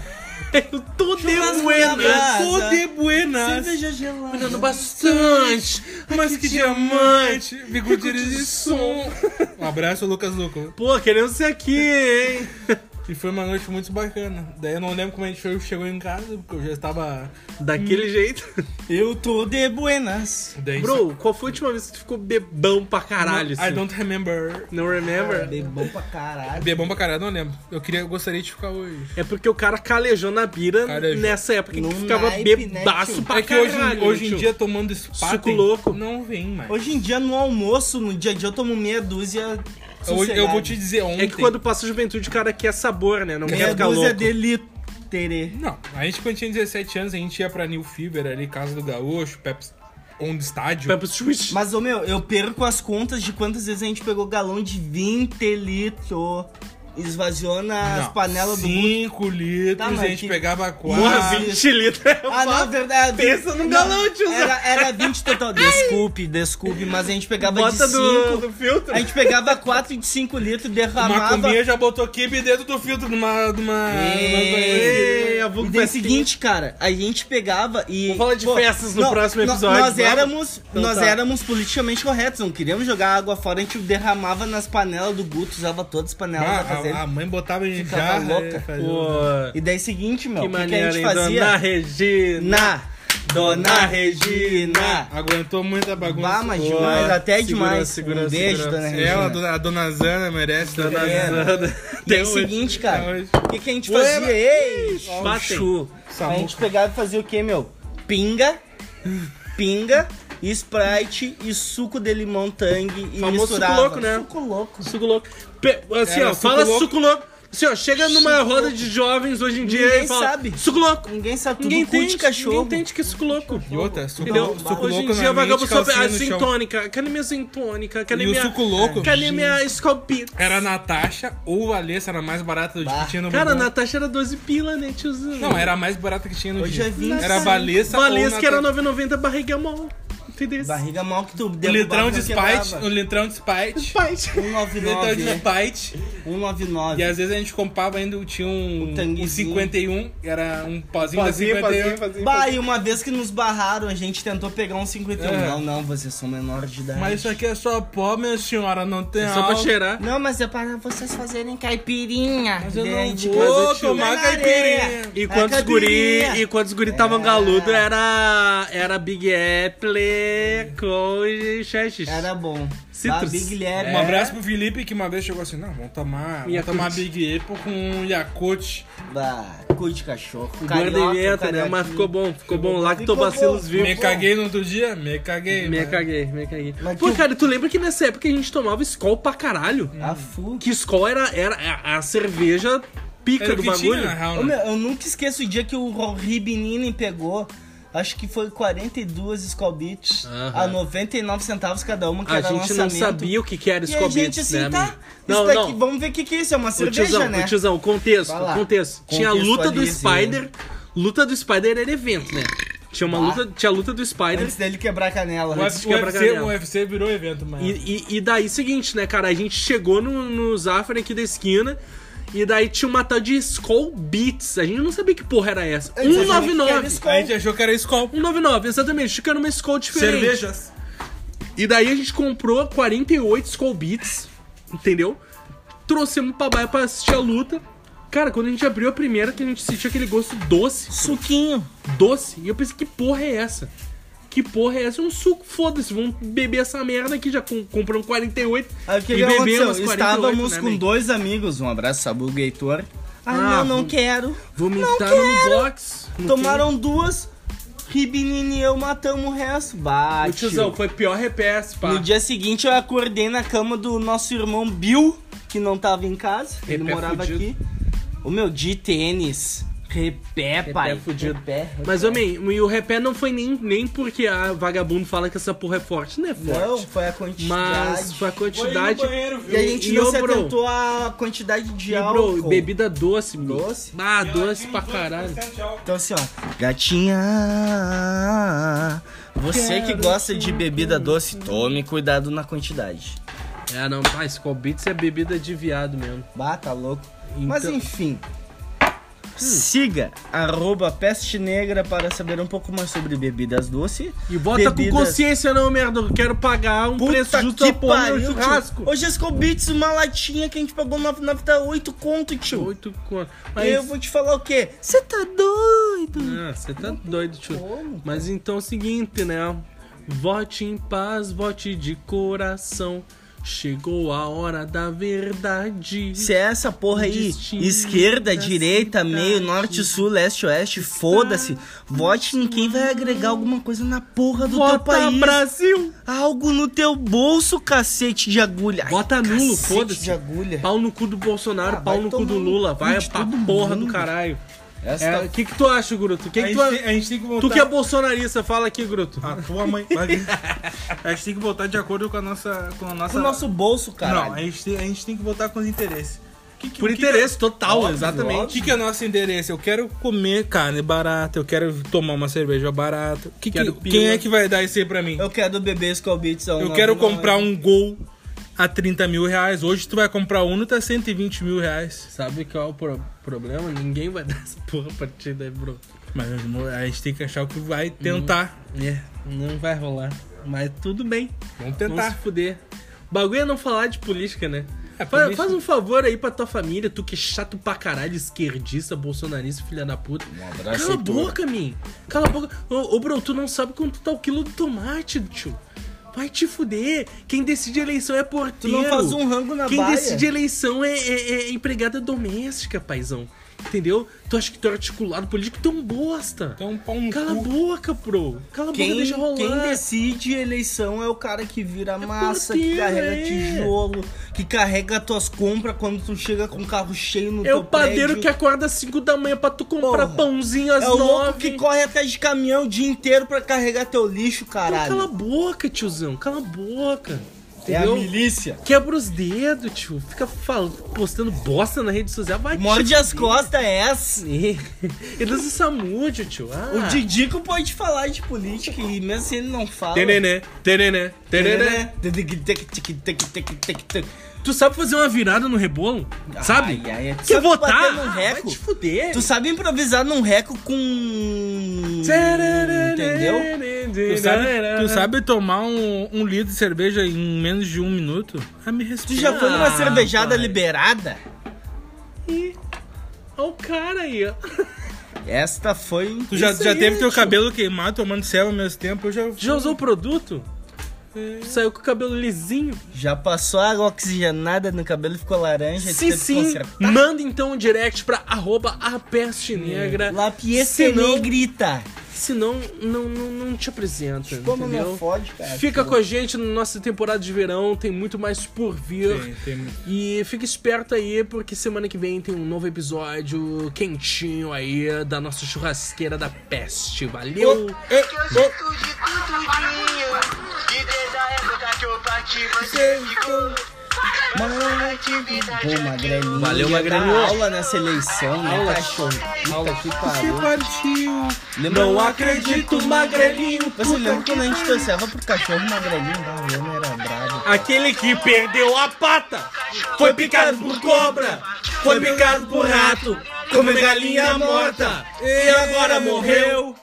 Speaker 1: Eu tô de
Speaker 5: goiabada.
Speaker 1: buena.
Speaker 5: Nossa.
Speaker 4: Tudo de buenas!
Speaker 5: Cerveja gelada.
Speaker 1: Dando bastante.
Speaker 4: Mas que diamante! Bigodinho de som! Um abraço, Lucas Luco.
Speaker 1: Pô, queremos você aqui, hein?
Speaker 4: E foi uma noite muito bacana. Daí eu não lembro como a gente foi- chegou em casa, porque eu já estava.
Speaker 1: Daquele jeito.
Speaker 5: Eu tô de buenas.
Speaker 4: Daí
Speaker 1: Bro, qual foi a última vez que tu ficou bebão pra caralho,
Speaker 4: I
Speaker 1: assim?
Speaker 4: don't remember.
Speaker 1: Não remember?
Speaker 5: Ah, Bebão pra caralho.
Speaker 4: Bebom pra caralho, não lembro. Eu queria, eu gostaria de ficar hoje.
Speaker 1: É porque o cara calejou na bira
Speaker 4: Calejou.
Speaker 1: nessa época
Speaker 5: No
Speaker 1: que ficava
Speaker 5: naipe, né,
Speaker 1: bebaço
Speaker 5: tio?
Speaker 1: pra
Speaker 4: é que hoje,
Speaker 1: caralho.
Speaker 4: hoje
Speaker 1: tio?
Speaker 4: em dia tomando espátula.
Speaker 1: Suco louco.
Speaker 4: Não vem mais.
Speaker 5: Hoje em dia, no almoço, no dia a dia, eu tomo meia dúzia.
Speaker 4: Eu- eu,
Speaker 5: sossegado.
Speaker 4: vou te dizer ontem.
Speaker 1: É que quando passa a juventude, o cara quer sabor, né? Não quer
Speaker 5: Meia
Speaker 1: ficar
Speaker 5: dúzia
Speaker 1: louco.
Speaker 5: de litere.
Speaker 4: Não, a gente quando tinha 17 anos, a gente ia pra New Fever ali, Casa do Gaúcho, Peps On Estádio.
Speaker 1: Vai pro switch.
Speaker 5: Mas, ô meu, eu perco as contas de quantas vezes a gente pegou galão de 20 litros. Esvaziou nas
Speaker 4: Não,
Speaker 5: panelas do mundo.
Speaker 4: 5 litros,
Speaker 5: Tá, mas
Speaker 4: a gente
Speaker 5: que-
Speaker 4: pegava 4.
Speaker 1: Porra, 20 litros.
Speaker 5: Ah, não, verdade.
Speaker 1: Pensa num
Speaker 5: Não,
Speaker 1: galão, tiozão.
Speaker 5: Era, era 20 total. Desculpe, desculpe, mas a gente pegava
Speaker 1: Bota
Speaker 5: de
Speaker 1: do,
Speaker 5: 5.
Speaker 1: do filtro.
Speaker 5: A gente pegava 4 de 5 litros,
Speaker 4: Uma
Speaker 5: derramava.
Speaker 4: combinha já botou kibe dentro do filtro de uma. De uma,
Speaker 5: É.
Speaker 1: Ei, a
Speaker 5: E
Speaker 1: vulgo
Speaker 5: daí o
Speaker 1: festinha.
Speaker 5: seguinte, cara, a gente pegava e.
Speaker 1: Vamos falar de festas no próximo
Speaker 5: nó-
Speaker 1: episódio,
Speaker 5: Nós
Speaker 1: vamos?
Speaker 5: éramos,
Speaker 1: Então
Speaker 5: nós
Speaker 1: tá.
Speaker 5: éramos politicamente corretos, não queríamos jogar água fora, a gente derramava nas panelas do Guto, usava todas as panelas
Speaker 4: Ah,
Speaker 5: pra fazer.
Speaker 4: a, a mãe botava em
Speaker 5: Ficava
Speaker 4: jarra.
Speaker 5: louca.
Speaker 4: é, fazia-
Speaker 1: Pô,
Speaker 5: E daí seguinte, meu,
Speaker 1: ah. que
Speaker 5: o que, que
Speaker 1: maneiro,
Speaker 5: a gente
Speaker 1: hein? Dona
Speaker 5: fazia?
Speaker 1: Regina.
Speaker 5: Na Dona Regina.
Speaker 4: Aguentou muita bagunça.
Speaker 5: Bah, mas
Speaker 1: Boa.
Speaker 5: demais, até
Speaker 1: Segura,
Speaker 5: demais.
Speaker 1: segura,
Speaker 5: um beijo,
Speaker 1: segura. É
Speaker 5: Dona Regina.
Speaker 4: Ela, a dona- a dona Zana, merece. Dona
Speaker 5: É.
Speaker 4: Zana.
Speaker 5: E daí
Speaker 1: Tem
Speaker 4: é-
Speaker 1: um
Speaker 5: seguinte,
Speaker 4: Até
Speaker 5: cara,
Speaker 4: hoje.
Speaker 5: o que, que a gente fazia? Ei,
Speaker 1: batem.
Speaker 5: chuchu. A
Speaker 4: Samuca.
Speaker 5: gente pegava e fazia o quê, meu? Pinga, pinga, Sprite e suco de limão tangue e
Speaker 1: Famoso suco
Speaker 5: misturava.
Speaker 1: louco, né?
Speaker 5: Suco louco.
Speaker 1: suco louco. Pe- assim,
Speaker 4: Era
Speaker 1: ó,
Speaker 4: suco
Speaker 1: fala
Speaker 4: louco.
Speaker 1: suco louco. Assim, ó, chega numa roda de jovens hoje em dia
Speaker 5: Ninguém
Speaker 1: e fala
Speaker 5: sabe.
Speaker 1: suco louco.
Speaker 5: Ninguém sabe tudo
Speaker 1: Ninguém
Speaker 5: cu de
Speaker 1: entende,
Speaker 5: cachorro.
Speaker 1: ninguém entende que é suco louco.
Speaker 4: E outra, suco,
Speaker 1: Entendeu?
Speaker 4: suco
Speaker 1: Hoje
Speaker 4: louco
Speaker 1: em dia,
Speaker 4: na
Speaker 1: vagabundo assim, só
Speaker 4: mente, calcinha
Speaker 1: a
Speaker 4: no chão.
Speaker 1: sintônica. Cadê minha sintônica? Cadê
Speaker 4: E o
Speaker 1: minha...
Speaker 4: suco louco?
Speaker 1: Cadê minha Scalpit?
Speaker 4: Era a Natasha ou a Alessa, era a mais barata do
Speaker 5: Bah.
Speaker 4: que tinha no
Speaker 1: Cara, a
Speaker 4: Bobão.
Speaker 1: Natasha era 12 pila, né, tiozinho?
Speaker 4: Não, era a mais barata que tinha no
Speaker 5: Hoje
Speaker 4: dia.
Speaker 5: é 20.
Speaker 4: Era a Valessa
Speaker 1: Valesca
Speaker 4: ou
Speaker 1: que era
Speaker 4: Natasha.
Speaker 1: 9,90 barriga mol. Entendeu?
Speaker 5: Barriga mal que tu
Speaker 4: Um
Speaker 5: derrubava,
Speaker 4: litrão de
Speaker 5: eu
Speaker 4: Spite. Um
Speaker 5: quebrava.
Speaker 4: litrão de Spite. Um litrão de
Speaker 5: 199.
Speaker 4: Spite. E
Speaker 5: 199.
Speaker 4: às vezes a gente comprava ainda, tinha um,
Speaker 5: O
Speaker 4: um
Speaker 5: tanguezinho.
Speaker 4: 51, era um pozinho
Speaker 1: Fazia,
Speaker 4: da 51.
Speaker 1: fazia, fazia.
Speaker 5: Bah, e uma vez que nos barraram, a gente tentou pegar um 51.
Speaker 4: É.
Speaker 5: Não, não, vocês são menor de idade.
Speaker 4: Mas isso aqui é só pó, minha senhora, não tem
Speaker 1: É Só pra
Speaker 4: álcool.
Speaker 1: cheirar.
Speaker 5: Não, mas é para vocês fazerem caipirinha.
Speaker 4: Mas eu
Speaker 5: Daí a
Speaker 4: não
Speaker 5: gente-
Speaker 4: vou
Speaker 1: Mas eu te-
Speaker 4: tomar
Speaker 5: Vai na
Speaker 4: caipirinha. É
Speaker 5: areia.
Speaker 1: E
Speaker 5: A
Speaker 1: quantos guri,
Speaker 5: caipirinha.
Speaker 1: e quantos guri estavam galudo era era Big Apple com chechis.
Speaker 5: Era bom.
Speaker 1: Citrus.
Speaker 5: Bah, Big
Speaker 1: É.
Speaker 5: Guilherme.
Speaker 4: Um abraço pro Felipe, que uma vez chegou assim, não, vamos tomar, vamos
Speaker 1: Yakult.
Speaker 4: tomar Big Apple com um Yakult.
Speaker 5: Bah, cu de cachorro.
Speaker 1: Engordimento, né? Mas ficou bom, ficou bom. Lactobacilos
Speaker 5: Ficou
Speaker 1: vivos.
Speaker 4: Me caguei no outro dia, me caguei.
Speaker 1: Me
Speaker 4: mas-
Speaker 1: caguei, me caguei.
Speaker 5: né? Mas
Speaker 1: Pô,
Speaker 5: que-
Speaker 1: cara, tu lembra que nessa época a gente tomava Skol pra caralho?
Speaker 5: A fu.
Speaker 1: Que Skol era, era a- a cerveja pica
Speaker 4: Era o
Speaker 1: do
Speaker 4: que tinha,
Speaker 1: bagulho.
Speaker 4: na real,
Speaker 5: Ô,
Speaker 4: né?
Speaker 5: meu, eu nunca esqueço o dia que o Ribinini pegou. Acho que foi 42 Skull Beats
Speaker 1: Aham.
Speaker 5: a 99 centavos cada uma, que
Speaker 1: A
Speaker 5: era
Speaker 1: gente não
Speaker 5: lançamento.
Speaker 1: sabia o que que era
Speaker 5: E
Speaker 1: Skol
Speaker 5: a gente
Speaker 1: Beats,
Speaker 5: assim,
Speaker 1: né,
Speaker 5: tá?
Speaker 1: amigo?
Speaker 5: isso
Speaker 1: Não,
Speaker 5: daqui,
Speaker 1: não.
Speaker 5: vamos ver o que, que é isso, é uma
Speaker 1: O
Speaker 5: cerveja,
Speaker 1: tiozão,
Speaker 5: né?
Speaker 1: o tiozão, contexto,
Speaker 5: Vai lá.
Speaker 1: contexto. Tinha a luta do
Speaker 5: Contextualize.
Speaker 1: Spider. Luta do Spider era evento, né? Tinha uma luta, tinha a luta do Spider.
Speaker 5: Antes dele quebrar a canela.
Speaker 4: O
Speaker 1: Antes de
Speaker 4: UFC,
Speaker 1: quebrar a canela.
Speaker 4: o UFC virou evento, mano.
Speaker 1: E, e, e daí, seguinte, né, cara? A gente chegou no, no Zafari aqui da esquina. E daí tinha uma tal de Skull Beats. A gente não sabia que porra era essa.
Speaker 5: Eles acharam que era
Speaker 1: 199.
Speaker 5: Skull.
Speaker 4: A gente achou que era Skol.
Speaker 1: 199, exatamente. Acho que era uma Skull diferente.
Speaker 4: Cervejas.
Speaker 1: E daí a gente comprou 48 Skull Beats, entendeu? Trouxemos pra baia pra assistir a luta. Cara, quando a gente abriu a primeira, que a gente sentiu aquele gosto doce,
Speaker 5: Suquinho.
Speaker 1: doce. E eu pensei, que porra é essa? Que porra é essa? É um suco, foda-se, vamos beber essa merda aqui. Já com, compramos 48
Speaker 5: Aí o que,
Speaker 1: e
Speaker 5: que aconteceu?
Speaker 1: bebemos 48,
Speaker 5: Estávamos
Speaker 1: né,
Speaker 5: com
Speaker 1: man?
Speaker 5: dois amigos. Um abraço, Sabu Geitor. Ai,
Speaker 1: Ah,
Speaker 5: não, não
Speaker 1: vamos-
Speaker 5: quero.
Speaker 1: Vomitar
Speaker 5: Não
Speaker 1: no box. no
Speaker 5: Tomaram duas. Ribinini e eu matamos o resto.
Speaker 1: fim. Ô,
Speaker 5: Bate.
Speaker 1: tiozão, foi pior repasse, pá.
Speaker 5: um No dia seguinte eu acordei na cama do nosso irmão Bill, que não tava em casa, ele
Speaker 1: Repé
Speaker 5: morava
Speaker 1: fudido.
Speaker 5: aqui. O meu de tênis, repé, pai.
Speaker 1: fudido.
Speaker 5: Repé, repé.
Speaker 1: Mas, homem, e o repé não foi nem, nem porque a vagabundo fala que essa porra é forte. Não é forte.
Speaker 5: não, foi a quantidade.
Speaker 1: Mas foi a quantidade.
Speaker 4: Foi no banheiro, viu?
Speaker 5: E a gente
Speaker 1: E
Speaker 5: não
Speaker 1: ô,
Speaker 5: se
Speaker 1: bro?
Speaker 5: atentou à quantidade de
Speaker 1: E,
Speaker 5: álcool.
Speaker 1: bro, bebida doce, bro.
Speaker 5: Doce?
Speaker 1: Ah, doce pra caralho.
Speaker 5: Então assim, ó. Gatinha. Você que gosta de bebida doce, tome cuidado na quantidade.
Speaker 1: É, não, pá, Skull Beats é bebida de viado mesmo.
Speaker 5: Bah, tá louco. Hum. Mas
Speaker 1: Então-
Speaker 5: enfim. Siga arroba peste negra para saber um pouco mais sobre bebidas doces.
Speaker 1: E bota
Speaker 5: bebidas-
Speaker 1: com consciência, não, merda. Eu quero pagar um
Speaker 5: Puta
Speaker 1: preço justo
Speaker 5: que
Speaker 1: da porra no
Speaker 5: pariu,
Speaker 1: churrasco.
Speaker 5: tio. Hoje Escobits, uma latinha que a gente pagou na nafta 8 conto, tio.
Speaker 1: Oito conto.
Speaker 5: E eu vou te falar o quê? Você tá doido?
Speaker 1: Ah, você tá doido, tio.
Speaker 5: como,
Speaker 1: Mas então é o seguinte, né? Vote em paz, vote de coração. Chegou a hora da verdade.
Speaker 5: Se é essa porra aí,
Speaker 1: Distinta
Speaker 5: esquerda, direita,
Speaker 1: cidade.
Speaker 5: meio, norte, sul, leste, oeste, foda-se. Vote em quem vai agregar alguma coisa na porra do teu
Speaker 1: Vota
Speaker 5: país.
Speaker 1: Brasil!
Speaker 5: Algo no teu bolso, cacete de agulha. Ai,
Speaker 1: Bota nulo,
Speaker 5: cacete
Speaker 1: foda-se.
Speaker 5: de agulha.
Speaker 1: Pau no cu do Bolsonaro,
Speaker 5: Ah,
Speaker 1: pau
Speaker 5: vai
Speaker 1: no cu
Speaker 5: tomar
Speaker 1: do
Speaker 5: no
Speaker 1: Lula.
Speaker 5: cu
Speaker 1: Vai
Speaker 5: de
Speaker 1: pra
Speaker 5: todo
Speaker 1: porra do
Speaker 5: mundo.
Speaker 1: caralho.
Speaker 5: Essa
Speaker 1: É, O que que tu acha, Gruto? O que
Speaker 4: A
Speaker 1: que
Speaker 4: gente,
Speaker 1: tu
Speaker 4: tem,
Speaker 1: a-
Speaker 4: a gente tem que voltar.
Speaker 1: Tu que é bolsonarista, fala aqui, Gruto.
Speaker 5: Ah,
Speaker 4: A tua mãe. a gente tem que voltar de acordo com a nossa. Com a nossa...
Speaker 5: O nosso bolso, cara.
Speaker 4: Não, a gente, tem, a gente tem que voltar com os interesses. Que que-
Speaker 1: Por
Speaker 4: o que
Speaker 1: interesse
Speaker 5: é?
Speaker 4: que-
Speaker 1: total,
Speaker 4: Óbvio,
Speaker 1: exatamente.
Speaker 4: óbvio. O que, que é nosso endereço? Eu quero comer carne barata, eu quero tomar uma cerveja barata. Que que-
Speaker 1: Quero
Speaker 4: quem
Speaker 1: pila.
Speaker 4: é que vai dar isso aí pra mim?
Speaker 5: Eu quero beber Skull Beats.
Speaker 4: Eu quero comprar um gol a 30 mil reais. Hoje tu vai comprar um e tá 120 mil reais.
Speaker 1: Sabe qual é o pro- problema? Ninguém vai dar essa porra pra ti, né, bro?
Speaker 4: Mas a gente tem que achar o que vai tentar.
Speaker 1: É, não vai rolar. Mas tudo bem. Não
Speaker 4: Vamos
Speaker 1: se
Speaker 4: tentar.
Speaker 1: fuder. O bagulho é não falar de política, né?
Speaker 4: É,
Speaker 1: Fa-
Speaker 4: política-
Speaker 1: Faz um favor aí pra tua família, tu que é chato pra caralho, esquerdista, bolsonarista, filha da puta. Cala a boca, mim. Cala a boca. Ô, ô, bro, tu não sabe quanto tá o quilo do tomate, tio. Vai te fuder. Quem decide eleição é porteiro.
Speaker 5: faz um rango na
Speaker 1: Quem
Speaker 5: baia.
Speaker 1: decide eleição é, é- é empregada doméstica, paizão. Entendeu? Tu acha que tu é articulado político? Tu é um bosta.
Speaker 4: Então, pau no
Speaker 1: Cala a
Speaker 4: cu.
Speaker 1: boca, bro. Cala a boca,
Speaker 5: Quem,
Speaker 1: deixa rolar.
Speaker 5: quem decide a eleição é o cara que vira massa, que
Speaker 1: porteiro,
Speaker 5: carrega
Speaker 1: é.
Speaker 5: tijolo, que carrega tuas compras quando tu chega com o carro cheio no
Speaker 1: É
Speaker 5: teu
Speaker 1: o padeiro
Speaker 5: prédio.
Speaker 1: que acorda às 5 da manhã pra tu comprar
Speaker 5: Porra.
Speaker 1: pãozinho às
Speaker 5: É o louco
Speaker 1: 9.
Speaker 5: que corre atrás de caminhão o dia inteiro pra carregar teu lixo,
Speaker 1: Então, cala a
Speaker 5: caralho.
Speaker 1: boca, tiozão. Cala a boca.
Speaker 5: É a
Speaker 1: Entendeu?
Speaker 5: milícia.
Speaker 1: Quebra os dedos, tio. Fica fal- postando bosta na rede social. Vai te
Speaker 5: Morde as
Speaker 1: fuder.
Speaker 5: costas, é essa.
Speaker 1: E dança Samúdio, tio. Ah.
Speaker 5: O Didico pode falar de política e mesmo se ele não fala.
Speaker 1: Tenené, tenené, tenené. Tu sabe fazer uma virada no rebolo? Sabe?
Speaker 5: Ai, ai, ai. Tu
Speaker 1: Quer
Speaker 5: sabe
Speaker 1: votar?
Speaker 5: bater no
Speaker 1: Ah, vai
Speaker 5: reco?
Speaker 1: te fuder.
Speaker 5: Tu sabe improvisar num reco com. Entendeu?
Speaker 1: Entendeu?
Speaker 4: Tu sabe,
Speaker 1: né?
Speaker 4: tu sabe tomar um, um litro de cerveja em menos de um minuto? Ah, me
Speaker 5: Tu
Speaker 4: respeita.
Speaker 5: já foi numa
Speaker 1: Ah,
Speaker 5: cervejada
Speaker 1: pai.
Speaker 5: liberada?
Speaker 1: Olha o cara aí, ó.
Speaker 5: Esta foi.
Speaker 4: Tu já,
Speaker 1: Isso
Speaker 4: já
Speaker 1: aí,
Speaker 4: teve teu
Speaker 1: tio.
Speaker 4: cabelo queimado tomando céu ao mesmo tempo? Eu já.
Speaker 1: Tu já usou o produto?
Speaker 4: É.
Speaker 1: Tu Saiu com o cabelo lisinho.
Speaker 5: Já passou água oxigenada no cabelo e ficou laranja?
Speaker 1: Se
Speaker 5: teve que
Speaker 1: sim,
Speaker 5: consertar?
Speaker 1: manda então um direct pra arroba a peste
Speaker 4: É.
Speaker 1: negra.
Speaker 5: La pieza
Speaker 1: Se não-
Speaker 5: negrita.
Speaker 1: Senão, não, não, não te apresenta.
Speaker 5: Como
Speaker 1: entendeu?
Speaker 5: não fode,
Speaker 4: é,
Speaker 5: cara?
Speaker 1: Fica com a gente na nossa temporada de verão, tem muito mais por vir.
Speaker 4: Tem- tem-
Speaker 1: E fica esperto aí, porque semana que vem tem um novo episódio quentinho aí da nossa churrasqueira da peste. Valeu!
Speaker 2: Que eu sinto de tudinho. Que desarrego da que eu bati, mas você ficou.
Speaker 5: Pô, magrelinho.
Speaker 3: Valeu,
Speaker 5: ia
Speaker 3: magrelinho.
Speaker 5: dar aula nessa eleição, né, cachorro? Puta que pariu.
Speaker 4: partiu.
Speaker 5: Lembra-
Speaker 4: Não acredito, magrelinho.
Speaker 5: Você lembra quando a gente torceva pro cachorro magrelinho? Ah, o homem era brabo.
Speaker 4: Aquele que perdeu a pata foi picado por cobra, foi picado por rato, como galinha morta e agora morreu.